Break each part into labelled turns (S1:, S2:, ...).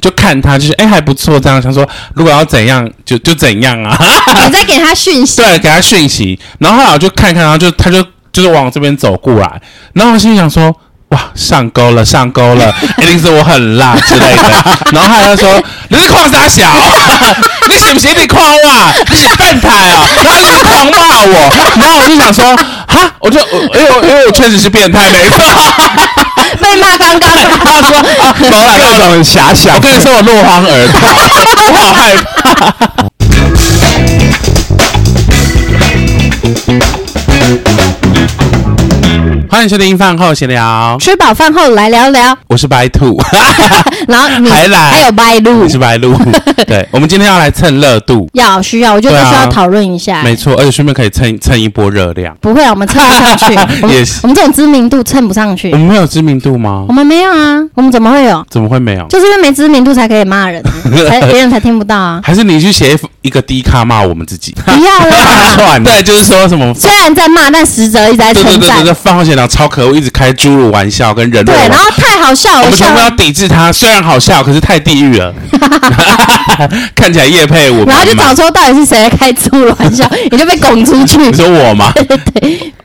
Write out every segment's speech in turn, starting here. S1: 就看他就是哎、还不错这样，想说如果要怎样就就怎样啊，
S2: 你在给他讯息，
S1: 对，给他讯息，然后后来我就看看，然后就他就就是往我这边走过来，然后我心里想说。哇，上钩了，上钩了， 一定是我很辣之类的。 然后他就说：“你是矿傻小，啊 你是不是你矿哇？你是笨台啊？”然后就狂骂我，然后我就想说：“哈，我就我因为我因为我确实是变态，没错。”
S2: 被骂刚刚
S1: 他说：“啊，某来
S3: 各种遐想
S1: 我。跟你说，我落荒而逃， 我好害怕。欢迎收听饭后闲聊，
S2: 吃饱饭后来聊聊，
S1: 我是白 兔，
S2: 然后你
S1: 还来
S2: 还有歪路
S1: 你是白 鹿。对，我们今天要来蹭热度，
S2: 要需要，我觉得
S1: 对啊
S2: 需要讨论一下。
S1: 没错，而且顺便可以蹭蹭一波热量。
S2: 不会啊，我们蹭不上 去，我
S1: 也
S2: 们
S1: 是
S2: 我们这种知名度蹭不上去
S1: 我，们没有知名度吗
S2: 我？们没有啊，我们怎么会有？
S1: 怎么会没有？
S2: 就是因为没知名度才可以 骂人，啊才别人才听不到啊！
S1: 还是你去写一幅一个低咖骂我们自己？
S2: 不要 啦，
S3: 串
S1: 对，就是说什么
S2: 虽然在骂，但实则一直在
S1: 对对对
S2: 称
S1: 对
S2: 赞
S1: 对，。饭后闲聊超可恶，一直开侏儒玩笑跟人肉
S2: 对，
S1: 玩
S2: 然
S1: 笑。
S2: 后太好笑，
S1: 我
S2: 我
S1: 们全
S2: 笑
S1: 部。要抵制他，虽然好笑，可是太地狱 了。看起来叶配我们嘛，
S2: 然后就找出到底是谁在开这种玩笑，你就被拱出去。
S1: 你说我 吗？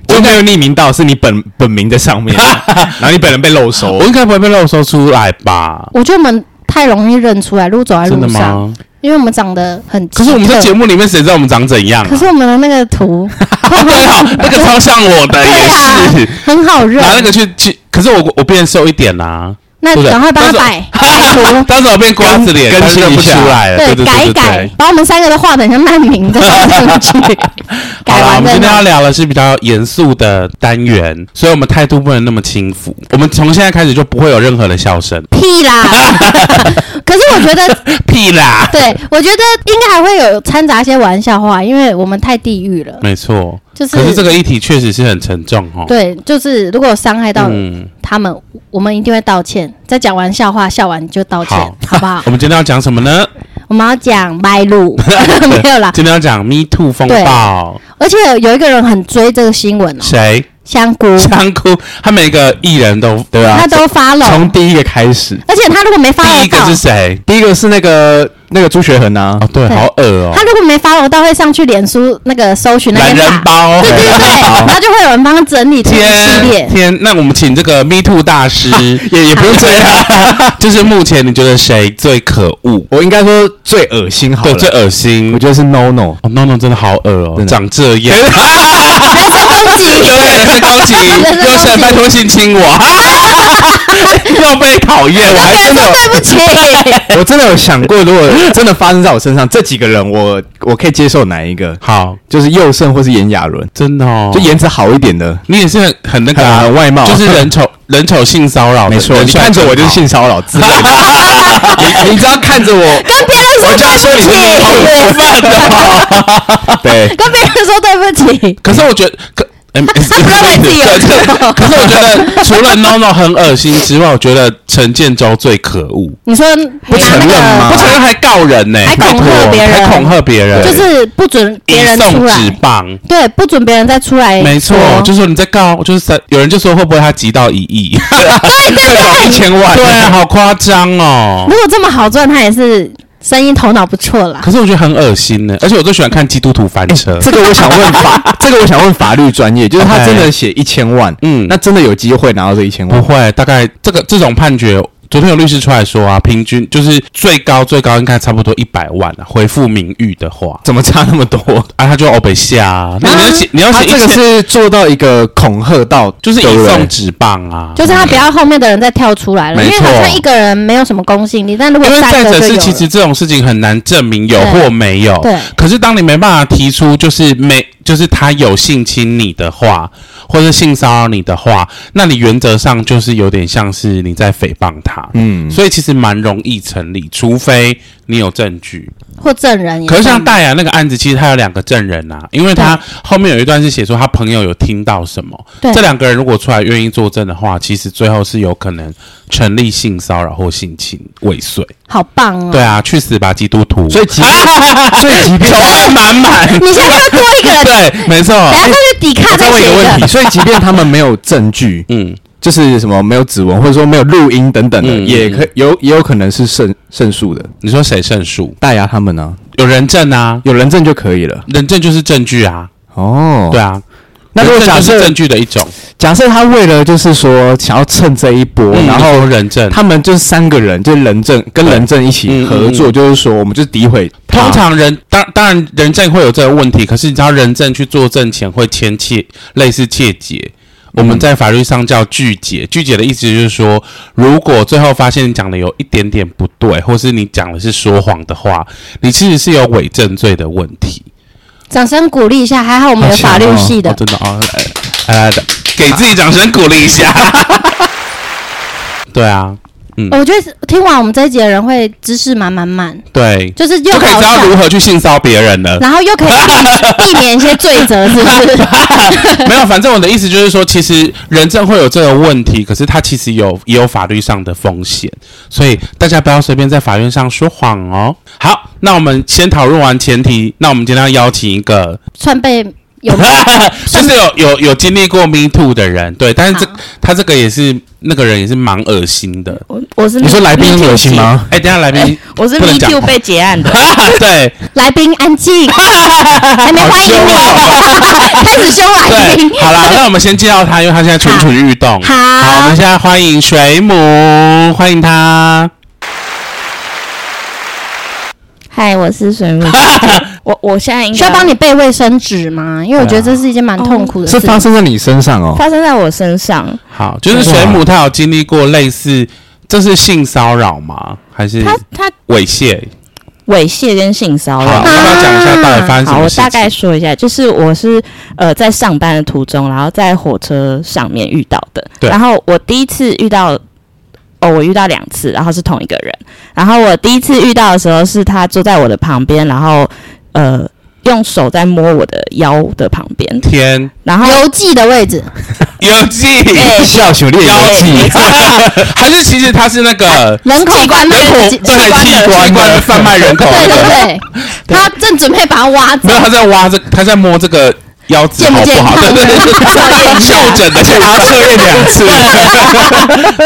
S3: 我应该有匿名到是你本本名在上面，
S1: 啊
S3: 然后你本人被漏收
S1: 我。应该不会被漏搜出来吧？
S2: 我觉得我们太容易认出来，如果走在
S1: 真
S2: 路
S1: 的
S2: 上，
S1: 吗？
S2: 因为我们长得很奇
S1: 可
S2: 特。
S1: 是我们在节目里面，谁知道我们长怎样、
S2: 可
S1: 啊？
S2: 是我们的那个图，
S1: 对啊， 那个超像我的，
S2: 对
S1: 也
S2: 啊
S1: 是。，
S2: 很好认。
S1: 拿那个去去，可是我我变瘦一点啊啦、
S2: 那
S1: 对不对，
S2: 赶快帮他摆摆 图
S1: 当时我变瓜子脸，
S3: 更
S1: 但是认不
S3: 更新一
S1: 出
S3: 下
S1: 来了。对对
S2: 改一
S1: 对对
S2: 改
S1: 对。，
S2: 把我们三个都画的像难民，再 放上去。
S1: 好
S2: 改
S1: 啦，我
S2: 完
S1: 们
S2: 再
S1: 今天要
S2: 弄。
S1: 聊的是比较严肃的单元，所以我们态度不能那么轻浮。我们从现在开始就不会有任何的笑声，
S2: 屁啦！ 可是我觉得，
S1: 屁啦！
S2: 对我觉得应该还会有掺杂一些玩笑话，因为我们太地狱了。
S1: 没错，
S2: 就是
S1: 可是这个议题确实是很沉重哦。
S2: 对，就是如果有伤害到
S1: 嗯，
S2: 他们，我们一定会道歉。在讲完笑话，笑完就道歉，
S1: 好
S2: 好不好
S1: 我？们今天要讲什么呢？
S2: 我们要讲歪路， 没有啦。
S1: 今天要讲 Me Too 风暴，
S2: 而且有一个人很追这个新闻哦，
S1: 谁？
S2: 香菇，
S1: 香菇，他每个艺人都对
S2: 他都发了，
S3: 从第一个开始，
S2: 而且他如果没发
S1: 第
S2: 得
S1: 一个
S2: 到
S1: 是，谁？
S3: 第一个是那个那个朱学恒啊，
S1: 哦，对，
S2: 对
S1: 好恶哦
S2: 他，如果没发得到，会上去脸书那个搜寻那
S1: 懒
S2: 些
S1: 人
S2: 骂，
S1: 包哦
S2: 对。对对，然后就会有人帮他整理这一系
S1: 天
S2: 列。
S1: 天，那我们请这个 Me Too 大师，
S3: 也也不用这样，
S1: 就是目前你觉得谁最可恶？
S3: 我应该说最恶心好
S1: 对，
S3: 了，
S1: 最恶心
S3: 我。觉得是 no no，
S1: 哦，No No 真的好恶哦，
S3: 真的
S1: 长这样。
S2: 人身攻击，
S1: 对，人身攻击，
S2: 人身攻击
S1: 优胜拜托性侵我，又被讨厌，我还
S2: 对，
S1: 真的
S2: 说对不起，
S3: 我真的有想过，如果 真的发生在我身上，这几个人我我可以接受哪一个？
S1: 好，
S3: 就是佑胜或是炎亚纶，
S1: 真的哦，
S3: 就颜值好一点的，
S1: 你也是很很那个啊、
S3: 很外貌
S1: 就是人 丑人丑性骚扰的，
S3: 没错，
S1: 人
S3: 你
S1: 帅
S3: 看着我就是性骚扰之类的，你你只要看着我，
S2: 跟别人说
S3: 我就要说你
S2: 对
S3: 是
S2: 不
S3: 好
S2: 起，
S3: 过分
S1: 啊
S3: 的，对，
S2: 跟别人说对不起。
S1: 可是我觉得 可。嗯
S2: 为自己有
S1: 对
S2: 错
S1: 可是我觉得除了 NONO 很恶心之外，我觉得陈建州最可恶，
S2: 你说不拿那
S3: 承认
S2: 个
S3: 吗
S1: 不承认还告人呢、
S2: 还
S1: 拜托
S2: 恐吓别人
S1: 还恐吓别人，
S2: 就是不准别人
S1: 移
S2: 出
S1: 送
S2: 来，
S1: 纸棒，
S2: 对，不准别人再出来说。
S1: 没错，就说你在告，就是在有人就说会不会他集到一亿？
S2: 对对
S3: 一
S2: 对。
S3: 千万，
S1: 对啊， 好夸张哦
S2: 如！果这么好赚，他也是生意头脑不错 啦。
S1: 可是我觉得很恶心呢，而且我最喜欢看基督徒翻车，
S3: 这个我想问 法，这个我想问法律专业，就是他真的写一千万，
S1: 嗯
S3: 那真的有机会拿到这一千
S1: 不
S3: 万？
S1: 会，大概这个这种判决，昨天有律师出来说啊，平均就是最高最高应该差不多一百万啊，回复名誉的话，
S3: 怎么差那么多？
S1: 啊，他就欧北下啊，那你要写你要
S3: 他
S1: 写
S3: 这个
S1: 一千
S3: 是做到一个恐吓到，
S1: 就是
S3: 对不
S1: 移
S3: 对
S1: 送纸棒啊，
S2: 就是他不要后面的人再跳出来了，
S1: 没
S2: 因
S1: 错
S2: 为好像一个人没有什么公信力，但如果
S1: 因为
S2: 三
S1: 再
S2: 个
S1: 者，
S2: 就是有
S1: 其实
S2: 了。
S1: 这种事情很难证明有
S2: 对
S1: 或没有。
S2: 对
S1: 可是当你没办法提出，就是没，就是他有性侵你的话，或者性骚扰你的话，那你原则上就是有点像是你在诽谤他。
S3: 嗯，
S1: 所以其实蛮容易成立，除非你有证据。
S2: 或证人也
S1: 可
S2: 算，
S1: 是像大雅那个案子，其实他有两个证人啊，因为他后面有一段是写说他朋友有听到什么。
S2: 对
S1: 这两个人如果出来愿意作证的话，其实最后是有可能成立性骚扰或性侵未遂。
S2: 好棒哦！
S1: 对啊，去死吧基督徒！
S3: 所以 即便，所以即便
S1: 仇恨满满。
S2: 你现在又多一个 人，
S1: 对，没错。
S2: 等下再去抵
S3: 我
S2: 抗
S3: 再
S2: 再
S3: 问一
S2: 写一
S3: 个
S2: 个。
S3: 问题，所以即便他们没有证据，
S1: 啊嗯，
S3: 就是什么没有指纹，或者说没有录音等等的，
S1: 嗯
S3: 也可有也有可能是胜胜诉的。
S1: 你说谁胜诉？
S3: 大牙他们呢、
S1: 有人证啊，
S3: 有人证就可以了。
S1: 人证就是证据啊，
S3: 哦，
S1: 对。啊。
S3: 那如果
S1: 人证
S3: 假
S1: 就是
S3: 设
S1: 证据的一种，
S3: 假设他为了就是说想要趁这一波，
S1: 嗯
S3: 然后
S1: 人证，
S3: 他们就是三个人，就人证跟人证一起
S1: 嗯
S3: 合作，就是说我们就诋毁他。
S1: 通常人当当然人证会有这个问题，可是你知道人证去作证前会签切类似切结。我们在法律上叫拒结，拒结的意思就是说，如果最后发现你讲的有一点点不对，或是你讲的是说谎的话，你其实是有伪证罪的问题。
S2: 掌声鼓励一下，还好我们有法律系的
S1: 哦、。真的哦，来来来来，给自己掌声鼓励一下。 对啊，嗯
S2: 我觉得听完我们这一集的人会知识满满满，
S1: 对，
S2: 就是又
S1: 就可以
S2: 搞
S1: 知道
S2: 笑，
S1: 如何去性骚别人了。
S2: 然后又可以 避避免一些罪责，是不是？
S1: 没有，反正我的意思就是说，其实人证会有这个问题，可是它其实有也有法律上的风险，所以大家不要随便在法院上说谎哦。好，那我们先讨论完前提，那我们今天要邀请一个，
S2: 算被有
S1: 就是有有有经历过 Me Too 的人，对，但是这
S2: 好
S1: 他这个也是那个人也是蛮恶心的。
S4: 我我是
S3: 你说来宾很恶心吗？
S1: 哎，等一下来
S4: Me Too
S1: 宾
S4: 姐？，我是
S1: 不能
S4: Me
S1: 讲
S4: Too 被结案的，
S1: 对
S2: 来宾安静，还没欢迎你， 开始凶啊来宾。
S1: 对，好 啦，那我们先介绍他，因为他现在蠢蠢欲动。
S2: 好
S1: 好，我们现在欢迎水母，欢迎他。
S4: 嗨，我是水 木姐姐，我我现在应该
S2: 需要帮你备卫生纸吗？因为我觉得这是一件蛮痛苦的
S3: 是
S2: 事。
S3: 发生在你身上哦。
S4: 发生在我身上，
S1: 好，就是水母，她有经历过类似，这是性骚扰吗？还是
S4: 他他
S1: 猥亵？
S4: 猥亵跟性骚
S1: 好，
S4: 扰
S1: 要。不要讲一下到底发生什
S4: 好，
S1: 么
S4: 我
S1: 事
S4: 大概
S1: 情？
S4: 说一下，就是我是呃在上班的途中，然后在火车上面遇到的。
S1: 对
S4: 然后我第一次遇到，哦，我遇到两次，然后是同一个人。然后我第一次遇到的时候，是他坐在我的旁边，然后呃用手在摸我的腰的旁边，
S1: 天，
S4: 然后
S2: 邮寄的位置，
S1: 有记
S4: 对
S3: 笑熊猎
S1: 妖
S3: 妖
S1: 记
S3: 记，，
S1: 还是其实他是那个
S2: 人口
S1: 人
S2: 贩卖
S1: 口
S2: 机，
S1: 对器官器官的贩卖人口
S2: 对对
S1: 的？
S2: 对，他正准备把它挖走
S1: 没有，，他在挖这，他在摸这个腰子，
S2: 健
S1: 好不
S2: 不健
S1: 好？
S2: 康
S1: 对对对，就诊的
S3: 而且 还要测验两次。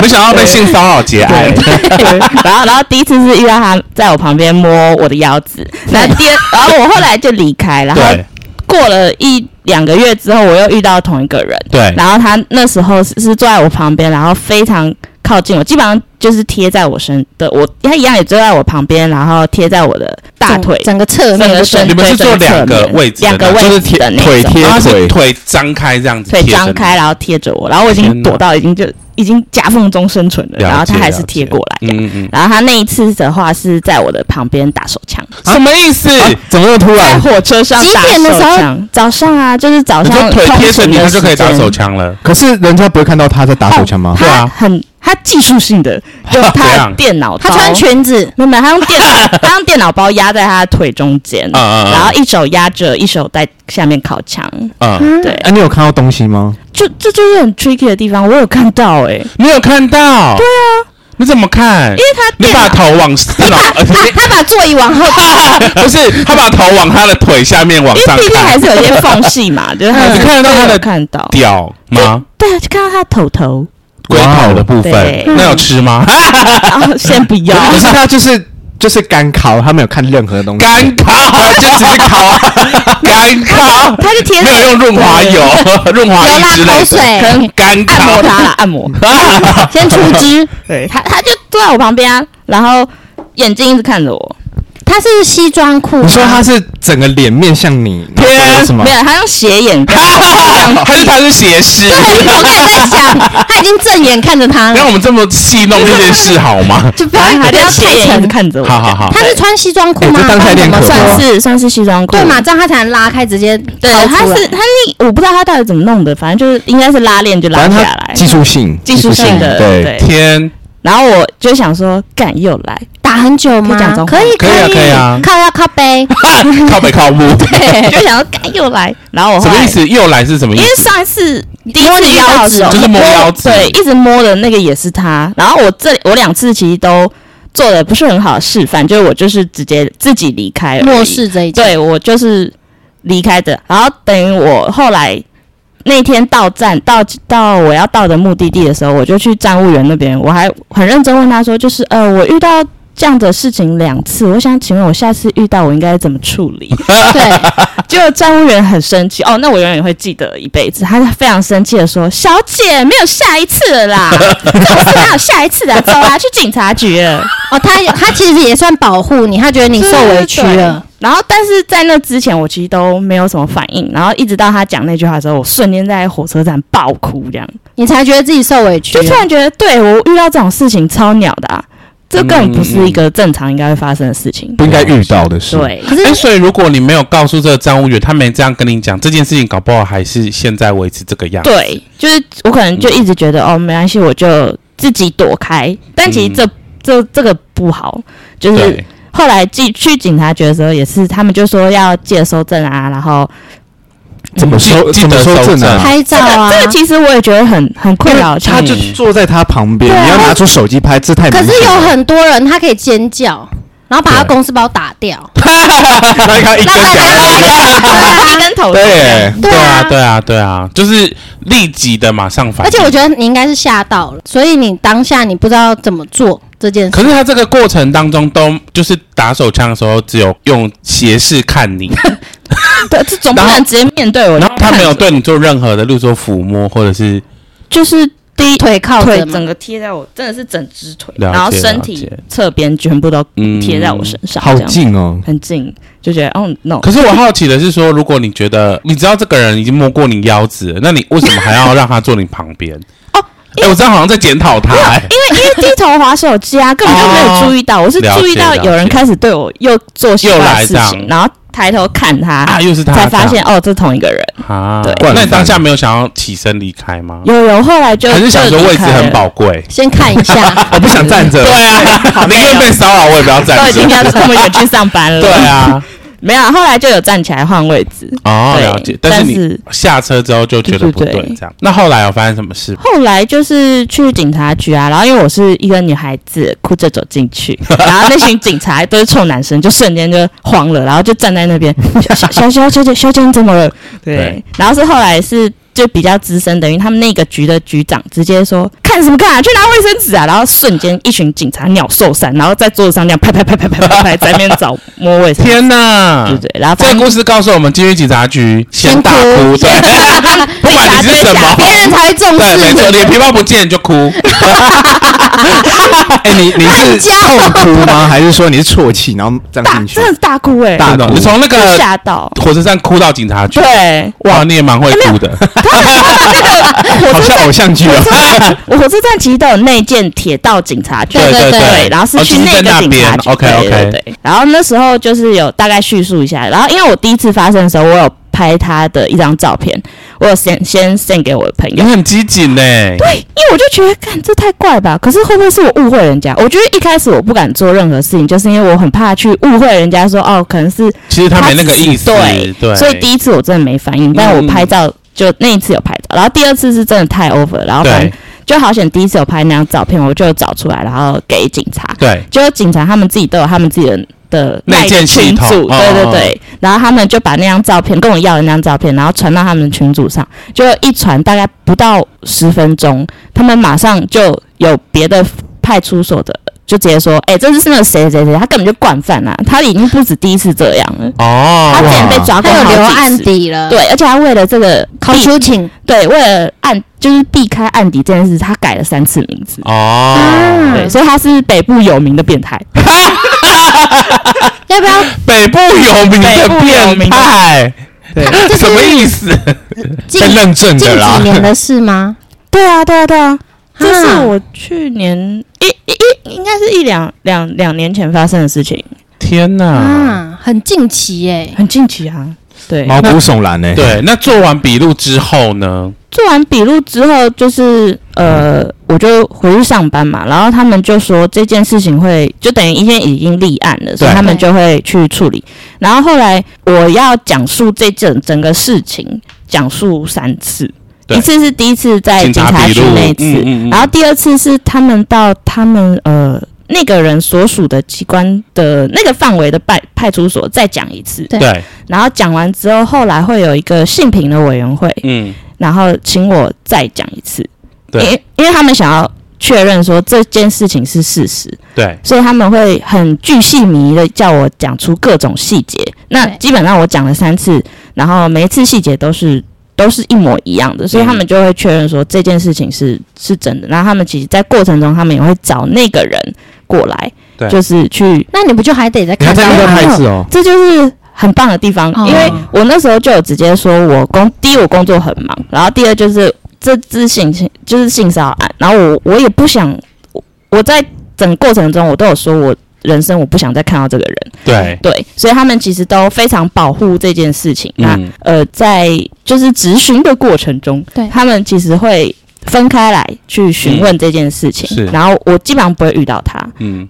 S1: 没想到被性骚扰节哀，
S4: 然后，然后第一次是遇到他在我旁边摸我的腰子，然后第二，然后我后来就离开，然后
S1: 对
S4: 过了一两个月之后，我又遇到同一个人，
S1: 对，
S4: 然后他那时候是是坐在我旁边，然后非常靠近我，基本上就是贴在我身的，我他一样也坐在我旁边，然后贴在我的大腿
S2: 整个侧面
S4: 整
S2: 就
S4: 个
S2: 对
S4: 身
S1: 你
S2: 了，
S1: 们是坐两个位置的
S4: 两个
S1: 那
S4: 位
S1: 种
S3: 就
S4: 置
S3: 是
S4: 的那
S3: 腿
S4: 种
S3: 贴
S1: 然后他是
S3: 腿
S1: 腿张开这样子，
S4: 腿张开，，然后贴着我，然后我已
S1: 天
S4: 经
S1: 哪
S4: 躲到已经就已经夹缝中生存了，
S1: 了解
S4: 然后他还是贴过来。
S1: 嗯嗯，
S4: 然后他那一次的话是在我的旁边打手枪，
S1: 嗯什么意思？
S4: 啊
S3: 怎么那么突
S4: 在
S3: 然？
S4: 火车上
S2: 几
S4: 打
S2: 点的
S4: 手
S2: 时候
S4: 枪，早上啊，就是早
S1: 你
S4: 上
S1: 说腿贴着你，他就可以打手
S4: 枪。
S1: 枪了。
S3: 可是人家不会看到他在打手枪吗？
S1: 对啊
S4: 哦他很他技术 性的用
S1: 怎
S4: 他
S1: 样
S4: 的电脑包，
S2: 他穿裙子，
S4: 没有，没有，他用电 脑，他用电脑包压在他的腿中间，
S1: 啊啊啊
S4: 然后一手压着，一手在下面烤墙。
S1: 嗯，
S2: 嗯，
S4: 对，
S3: 哎，你有看到东西吗？
S4: 就这就是很 tricky 的地方，我有看到哎、
S1: 你有看到？对啊，你怎么看
S4: 因？为他
S1: 哎你
S4: 电
S1: 把
S4: 脑
S1: 头往电脑，
S2: 他他他把座椅往后，
S1: 不是他把头往他的腿下面往
S4: 因
S1: 上
S4: 为毕竟还
S1: 看，
S4: 是有一些缝隙嘛， 就是还
S1: 嗯
S4: 是
S1: 你看得到他的
S4: 我有看到，
S1: 屌吗？
S4: 对啊，就看到他的头头，
S1: 龟头的部分
S4: 哇哦对，
S1: 那有吃 吗？
S4: 啊，先不 要，
S3: 可是他就是就是干烤，他没有看任何东西。
S1: 干烤， 就只是烤，干烤，
S4: 他就贴
S1: 没
S4: 着
S1: 有用润滑油、润滑
S2: 有
S1: 液
S2: 拉
S1: 之类
S2: 口
S1: 的，
S2: 水，
S1: 干
S4: 按
S1: 烤
S4: 摩。他啦，按摩，
S2: 先出汁。
S4: 对他他就坐在我旁边、啊，然后眼睛一直看着我，
S2: 他是西装裤吗，啊
S3: 你说他是整个脸面向你，
S1: 天
S3: 是吗
S4: 没？有，他用斜 眼看，
S1: 还是他是斜视？
S2: 对，我刚才在想，他已经正眼看着
S4: 嗯
S2: 他
S1: 不要
S2: 了，
S1: 我们这么戏弄这件事好 吗？
S2: 就不要
S4: 反正他
S2: 不
S4: 就
S2: 要
S4: 斜
S2: 太
S4: 眼一直
S2: 沉。
S4: 看着我，
S1: 好好好，
S2: 他是穿西装裤吗？
S3: 哎这当下有点
S2: 不然怎么
S3: 可
S2: 算
S3: 怕
S4: 算
S2: 是
S4: 是算是西装裤，
S2: 啊对嘛？？这样他才能拉开，直接对
S4: 对，他是他是我不知道他到底怎么弄的，反正就是应该是拉链就拉
S3: 反
S4: 下
S3: 正
S4: 来
S3: 他，技术性，
S4: 技术性的
S3: 对。
S4: 对
S1: 天，
S4: 然后我就想说，干又来，
S2: 打很久
S4: 可
S2: 吗
S4: 以讲脏？话
S2: 可以
S1: 可以啊
S2: 以
S1: 可以啊
S2: 靠要靠 背，
S1: 靠北靠木，
S4: 就想说干又来，然后我
S1: 什
S4: 后
S1: 么
S4: 来
S1: 意思？又来是什么意
S4: 因
S1: 思
S4: 为？上一次第一
S2: 摸
S4: 次
S2: 你
S4: 遇到
S2: 腰
S4: 的
S2: 子
S4: 时
S1: 嗯
S4: 候
S1: 就是摸腰子
S4: 对，一直摸的那个也是他。然后我这我两次其实都做的不是很好的示范，就是我就是直接自己离开而已
S2: 漠视这一切。
S4: 对我就是离开的。然后等于我后来那天到站到到我要到的目的地的时候，我就去站务员那边，我还很认真问他说，就是呃，我遇到这样的事情两次，我想请问我下次遇到我应该怎么处理？
S2: 对，
S4: 结果站务员很生气哦，那我永远也会记得一辈子。他就非常生气的说：“小姐，没有下一次了啦，这种事哪有下一次的、啊走啦，去警察局了。
S2: 哦，他他其实也算保护你，他觉得你受委屈了，”
S4: 然后，但是在那之前，我其实都没有什么反应。然后一直到他讲那句话的时候，我瞬间在火车站爆哭，这样
S2: 你才觉得自己受委屈啊
S4: 就
S2: 了。
S4: 突然觉得，对我遇到这种事情超鸟的、啊，这根本不是一个正常应该会发生的事情。
S3: 不应该遇到的事。，
S4: 对，
S2: 可
S1: 哎、
S2: 是
S1: 所以如果你没有告诉这个站务员，他没这样跟你讲这件事情，搞不好还是现在维持这个样子。
S4: 对，就是我可能就一直觉得、
S1: 嗯
S4: 哦，没关系，我就自己躲开。但其实这、这这个不好，就是
S1: 对，
S4: 后来进去警察局的时候，也是他们就说要借收证啊，然后
S3: 怎么收
S1: 记
S3: 怎么
S1: 记得
S3: 收
S1: 收
S3: 证
S1: 证
S3: 啊？
S2: 拍
S4: 这
S2: 照
S4: 个、
S2: 啊，
S4: 这个其实我也觉得很很困扰。
S3: 他就坐在他旁边，
S2: 对啊
S3: 你要拿出手机拍，这太明
S2: 可
S3: 显了
S2: 是有 很多人他可以尖叫，然后把他公司包打掉。
S4: 啊
S3: 让他一根
S4: 拉
S3: 屌，
S4: 拉一根头这样
S3: 对，
S1: 对啊，
S2: 啊，
S1: 对啊，对啊，就是立即的马上反应。
S2: 而且我觉得你应该是吓到了，所以你当下你不知道怎么做这件
S1: 可
S2: 事。
S1: 是他这个过程当中都就是打手枪的时候，只有用斜视看你，
S4: 对，这总不
S1: 然后
S4: 能直接面 对我。
S1: 然后他
S4: 看
S1: 没有
S4: 着
S1: 对你做任何的，例如说抚摸或者是
S4: 就是第一
S2: 腿靠
S4: 腿
S2: 着嘛
S4: 整，个贴在我，真的是整只腿，
S1: 了解
S4: 然后身
S1: 了
S4: 体
S1: 解
S4: 侧边全部都
S1: 嗯
S4: 贴在我身上，
S3: 好
S4: 这样
S3: 近哦。，
S4: 很近，就觉得哦 no，
S1: 可是我好奇的是说，如果你觉得你知道这个人已经摸过你腰子了，那你为什么还要让他坐你旁边？
S4: 哦，
S1: 哎、我这样好像在检讨他、欸。
S4: 因为因为低头滑手机啊，根本就没有注意到，我是
S1: 哦了解
S4: 注意到有人开始对我又做相
S1: 又
S4: 关
S1: 来
S4: 的事
S1: 这
S4: 情，
S1: 样
S4: 然后抬头看他，
S1: 啊，又是他，
S4: 才发现哦，这同一个人。
S1: 啊。
S4: 对
S1: 那你当下没有想要起身离开吗？
S4: 有有，后来就
S1: 还是想说位置很，宝贵？哦
S2: 先看一下
S3: 我不想站着
S1: 对， 啊，宁愿被骚扰，我也不要
S4: 就离开了
S1: 站着。
S4: 都已经要这么远去上班 了。
S1: 对，啊，
S4: 没有，后来就有站起来换位置。
S1: 哦，
S4: 对
S1: 了解。
S4: 但
S1: 但是你下车之后就觉得不
S4: 对对
S1: 对
S4: 对，
S1: 这样。那后来有发生什么事吗？
S4: 后来就是去警察局啊，然后因为我是一个女孩子，哭着走进去，然后那群警察都是臭男生，就瞬间就慌了，然后就站在那边，小小小小姐小姐你怎么了？对，
S1: 对
S4: 然后是后来是就比较资深，等于他们那个局的局长直接说看什么看啊，去拿卫生纸啊，然后瞬间一群警察鸟兽散，然后在桌子上这样拍拍拍拍拍拍拍，在那边找摸卫生纸，
S1: 天哪
S4: 对！不对？然后
S1: 这
S4: 反
S1: 个
S4: 正
S1: 故事告诉我们，进去警察局先大
S2: 先哭
S1: 哭，对， 不管你是什么，
S2: 别人才重
S1: 对，没错，
S2: 视
S1: 你
S2: 你。
S1: 的皮包不见你 就哭，
S3: 哎，你你是痛哭 吗？还是说你是啜泣然后这样
S4: 大
S3: 进去
S4: 真？的是大哭哎、欸，
S3: 大
S1: 真的你从那
S4: 就
S1: 个
S4: 吓到，
S1: 火车站哭到警察局，
S4: 对。
S1: 哇，你也蛮会哭的，
S3: 好像偶像剧哦。
S4: 我火车站其实都有内建铁道警察 局，
S2: 对对
S4: 对，然后
S1: 哦
S4: 是去那个警察局。
S1: OK
S4: 对
S1: OK，
S4: 对对。然后那时候就是有大概叙述一下，然后因为我第一次发生的时候，我有拍他的一张照片，我有先先 send 给我的朋
S1: 你
S4: 友，
S1: 很机警呢，
S4: 对，因为我就觉得，干这太怪吧？可是会不会是我误会人家？我觉得一开始我不敢做任何事情，就是因为我很怕去误会人家说，哦，可能是
S1: 其实他没那个意思，
S4: 对
S1: 对，嗯
S4: 所以第一次我真的没反应，但我拍照就那一次有拍照，然后第二次是真的太 over，了然后反正
S1: 对
S4: 就好险第一次有拍那张照片，我就找出来，然后给警察。
S1: 对
S4: 结果警察他们自己都有他们自己的的
S1: 内
S4: 赖
S1: 建系
S4: 群
S1: 统
S4: 组，
S1: 哦
S4: 对对
S1: 哦
S4: 对，然后他们就把那张照片跟我要的那张照片，然后传到他们的群组上，就一传大概不到十分钟，他们马上就有别的派出所的。就直接说，哎、这是那个谁谁谁，他根本就惯犯啦、他已经不止第一次这样了。他之
S1: 哦，
S4: 前被抓过
S2: 他有留
S4: 好
S2: 案
S4: 几次，
S2: 底了，，
S4: 对，而且他为了这个
S2: 考
S4: 避
S2: 出请
S4: 对，为了案就是避开案底这件事，他改了三次名字，
S1: 哦，
S4: 对，所以他是北部有名的变态，
S2: 要 不要
S1: 北部有名
S4: 北
S1: 的
S4: 部有 名
S1: 变
S4: 的
S1: 态，
S2: 就是
S1: 什么意思？
S2: 近
S3: 在认证
S2: 近
S3: 的啦
S2: 几年的 事吗？
S4: 对啊，对啊，对啊，这是
S2: 啊
S4: 我去年一一一应该是一两两两年前发生的事情，
S1: 天哪！
S2: 啊，很近期耶，
S4: 很近期啊。对，
S3: 毛骨悚然欸呢。
S1: 对，那做完笔录之后呢？
S4: 做完笔录之后，就是呃，我就回去上班嘛，然后他们就说这件事情会就等于一件已经立案了，所以他们就会去处理。然后后来我要讲述这整整个事情，讲述三次，
S1: 对
S4: 一次是第一次在哎警察
S1: 笔
S4: 局
S1: 录
S4: 那一次，
S1: 嗯嗯嗯
S4: 然后第二次是他们到他们呃那个人所属的机关的那个范围的派派出所再讲一次，
S2: 对
S1: 对，
S4: 然后讲完之后，后来会有一个性平的委员会，
S1: 嗯，
S4: 然后请我再讲一次，因
S1: 对
S4: 因为他们想要确认说这件事情是事实，
S1: 对
S4: 所以他们会很巨细靡的叫我讲出各种细节。那
S2: 对
S4: 基本上我讲了三次，然后每一次细节都是都是一模一样的，所以他们就会确认说这件事情是是真的。然后他们其实在过程中，他们也会找那个人过来
S1: 对，
S4: 就是去，
S2: 那你不就还得再
S3: 你还
S2: 看
S3: 在
S2: 他
S3: 那
S2: 吗
S3: 边拍一次哦，
S4: 这就是。很棒的地方
S2: 哦，
S4: 因为我那时候就有直接说我工，第一我工作很忙，然后第二就是这只性侵就是性骚扰案，然后我我也不想，我我在整个过程中我都有说我人生我不想再看到这个人，
S1: 对
S4: 对，所以他们其实都非常保护这件事情。那、
S1: 嗯
S4: 呃，在就是执询的过程中，
S2: 对
S4: 他们其实会分开来去询问这件事情，
S1: 是
S4: 然后我基本上不会遇到他，
S1: 嗯，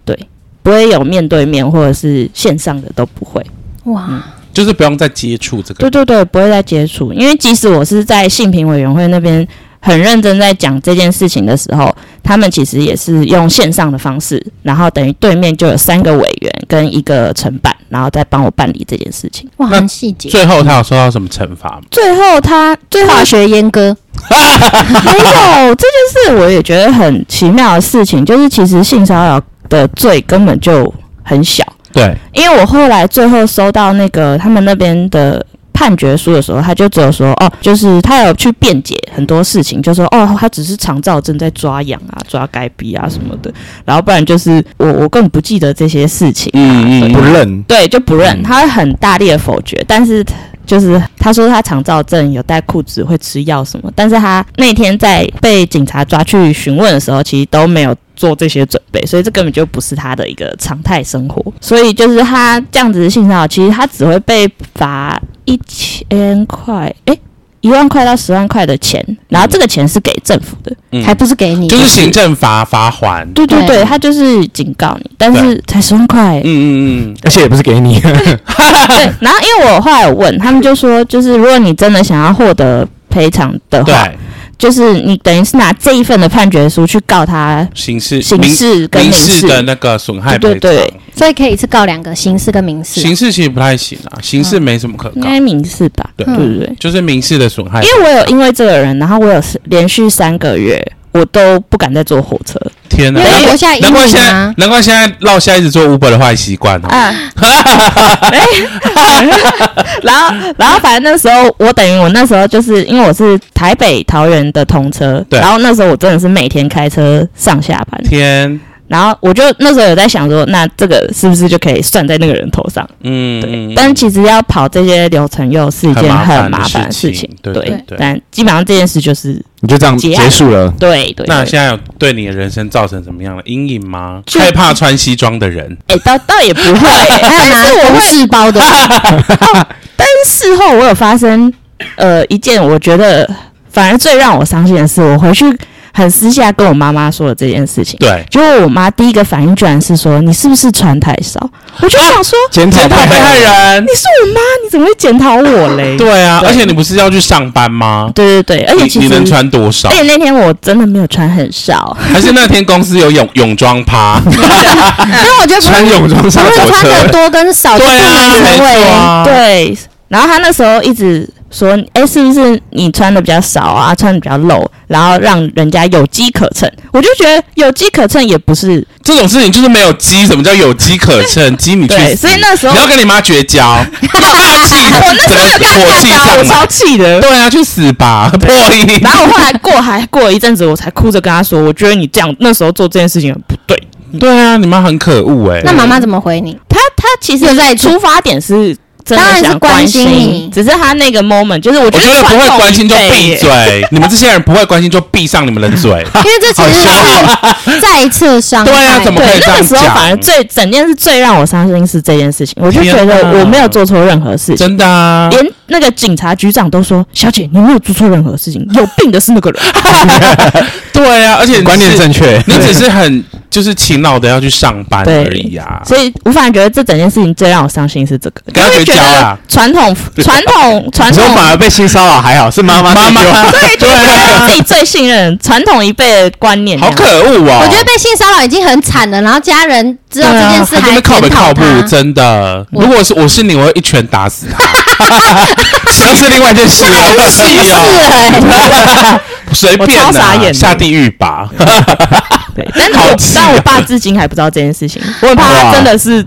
S4: 不会有面对面或者是线上的都不会。
S1: 嗯
S2: 哇，
S1: 就是不用再接触这个
S4: 对，对对，不会再接触，因为即使我是在性平委员会那边很认真在讲这件事情的时候，他们其实也是用线上的方式，然后等于对面就有三个委员跟一个承办，然后再帮我办理这件事情。
S2: 哇，
S1: 那
S2: 很细节，
S1: 最后他有受到什么惩罚吗？
S4: 最后他最后
S2: 化学阉割，
S4: 没有，这就是我也觉得很奇妙的事情，就是其实性骚扰的罪根本就很小，
S1: 对，
S4: 因为我后来最后收到那个他们那边的。判决书的时候，他就只有说哦，就是他有去辩解很多事情，就说哦，他只是肠燥症在抓痒啊、抓该逼啊什么的，然后不然就是我我根本不记得这些事情，
S1: 嗯
S3: 不认，
S4: 对，就不认，
S3: 嗯
S4: 他会很大力的否决，但是就是他说他肠燥症有带裤子，会吃药什么，但是他那天在被警察抓去询问的时候，其实都没有做这些准备，所以这根本就不是他的一个常态生活，所以就是他这样子的性骚扰，其实他只会被罚一千块，诶，一万块到十万块的钱，然后这个钱是给政府的，
S1: 嗯
S2: 还不是给你，
S1: 就是行政罚罚还，
S4: 对对
S2: 对
S4: 对，他就是警告你，但是才十万块，
S1: 嗯嗯嗯，
S3: 而且也不是给 你，
S4: 对，然后因为我后来有问他们，就说就是如果你真的想要获得赔偿的话，
S1: 对，
S4: 就是你等于是拿这一份的判决书去告他
S1: 刑事
S4: 刑
S1: 民
S4: 事跟
S1: 民
S4: 民
S1: 事的那个损害
S4: 对
S1: 赔
S4: 对对
S1: 偿，
S2: 所以可以一次告两个刑事跟民事啊，
S1: 刑事其实不太行啊，刑事没什么可
S4: 应
S1: 告，
S4: 该民事吧，
S1: 对嗯
S4: 对不对？
S1: 就是民事的损害
S4: 嗯因。为我有因为这个人，然后我有连续三个月我都不敢再坐火 车
S1: 天哪
S2: 因，为留下阴
S1: 难怪现
S2: 影
S1: 在
S2: 啊，
S1: 难怪现在落下一直做 Uber 的坏习惯哦。
S4: 啊。哎然后，然后反正那时候我等于我那时候就是因为我是台北桃园的通车，
S1: 对
S4: 然后那时候我真的是每天开车上下班，
S1: 天，
S4: 然后我就那时候有在想说，那这个是不是就可以算在那个人头上？
S1: 嗯，
S4: 对，
S1: 嗯
S4: 但其实要跑这些流程又是一件很麻
S1: 很
S4: 烦的事情，
S1: 麻烦的事情对对对
S4: 但基本上这件事就是
S3: 你就这样
S4: 结案
S3: 结束了。
S4: 对对。
S1: 那
S4: 对
S1: 现在有对你的人生造成什么样的阴影吗？
S4: 就
S1: 害怕穿西装的人，
S4: 哎，倒倒也不会，但
S2: 还有
S4: 是
S2: 拿
S4: 我
S2: 公
S4: 会
S2: 事包的，
S4: 事后我有发生呃一件我觉得反而最让我伤心的是，我回去很私下跟我妈妈说了这件事情，
S1: 对，
S4: 结果我妈第一个反应居然是说你是不是穿太少？我就想说、
S3: 检讨
S1: 检讨被害人
S4: 你，是我妈，你怎么会检讨我嘞？
S1: 对啊，
S4: 嗯对
S1: 而且你不是要去上班吗？
S4: 对对对，而且
S1: 你
S4: 其
S1: 你
S4: 实哎
S1: 能穿多少
S4: 而？且那天我真的没有穿很少，
S1: 还是那天公司有泳泳装 趴？
S2: 因
S1: 嗯
S2: 为我觉得不
S3: 穿
S2: 是
S3: 泳装上
S2: 不是
S3: 火
S2: 穿的
S3: 车，
S2: 多跟少，就
S1: 对
S2: 是
S1: 啊
S2: 你
S1: 没
S2: 认
S1: 错
S2: 为
S1: 啊
S4: 对。然后他那时候一直说，哎，是不是你穿的比较少啊，穿的比较露，然后让人家有机可乘？我就觉得有机可乘也不是
S1: 这种事情就是没有鸡，什么叫有机可 乘？鸡你去
S4: 对，
S1: 死
S4: 所以那时候
S1: 你要跟你妈绝 交，要被她气，
S4: 我那时候有
S1: 整个
S4: 跟
S1: 火
S4: 他
S1: 气
S4: 打，我
S1: 上
S4: 超
S1: 来。
S4: 气 的。
S1: 对啊，去死吧！破音。
S4: 然后我后来过还过了一阵子，我才哭着跟他说，我觉得你这样那时候做这件事情很不对。
S1: 对啊，你妈很可恶哎、
S2: 那妈妈怎么回你？
S4: 他他其实
S2: 又在
S4: 出发点是真
S2: 当
S4: 的
S2: 然是
S4: 想
S2: 关心
S4: 心
S2: 你
S4: 只是他那个 moment 就是我
S1: 我觉得不会
S4: 传统
S1: 关心就
S4: 一辈
S1: 闭
S4: 耶
S1: 嘴，你们这些人不会关心就闭上你们的 嘴。
S2: 因为这其实 是再次伤害。
S1: 啊对啊怎么可以
S4: 对，
S1: 这
S4: 那
S1: 样
S4: 个时候
S1: 讲
S4: 反而最整件事最让我伤心是这件事情，我就
S1: 天
S4: 觉
S1: 哪
S4: 得我没有做错任何事情，
S1: 真的啊，
S4: 连那个警察局长都说：“小姐，你没有做错任何事情，有病的是那个 人。
S1: 对啊，而且你
S3: 观念
S1: 是
S3: 正确。
S1: 你只是很就是勤劳的要去上班而已啊”。
S4: 所以我反而觉得这整件事情最让我伤心是这个，
S1: 给他
S4: 就会
S1: 绝
S4: 觉
S1: 交啊
S4: 得
S1: 啦
S4: 传统传 统传
S3: 你
S4: 统
S3: 说反而被性骚扰还好，是妈妈
S1: 妈妈
S3: 在用
S4: 对，就是自己最信任传统一辈的观念这
S1: 好
S4: 样，
S1: 可恶哦！
S2: 我觉得被性骚扰已经很惨了，然后家人知道这件事
S1: 对啊他
S2: 还
S1: 真的靠北
S2: 检讨
S1: 靠
S2: 他
S1: 步，真的。
S2: 我
S1: 如果是我是你，我会一拳打死他。
S3: 那是另外一件事
S1: 啊
S2: 那
S3: 哦。
S2: 也是歧视 哎。
S1: 随便
S4: 我超傻
S1: 啊，
S4: 眼的
S1: 下地狱吧。
S4: 对，但是
S1: 好
S4: 我
S1: 气啊
S4: 但我爸至今还不知道这件事情， 我很怕
S3: 哇
S4: 他真的是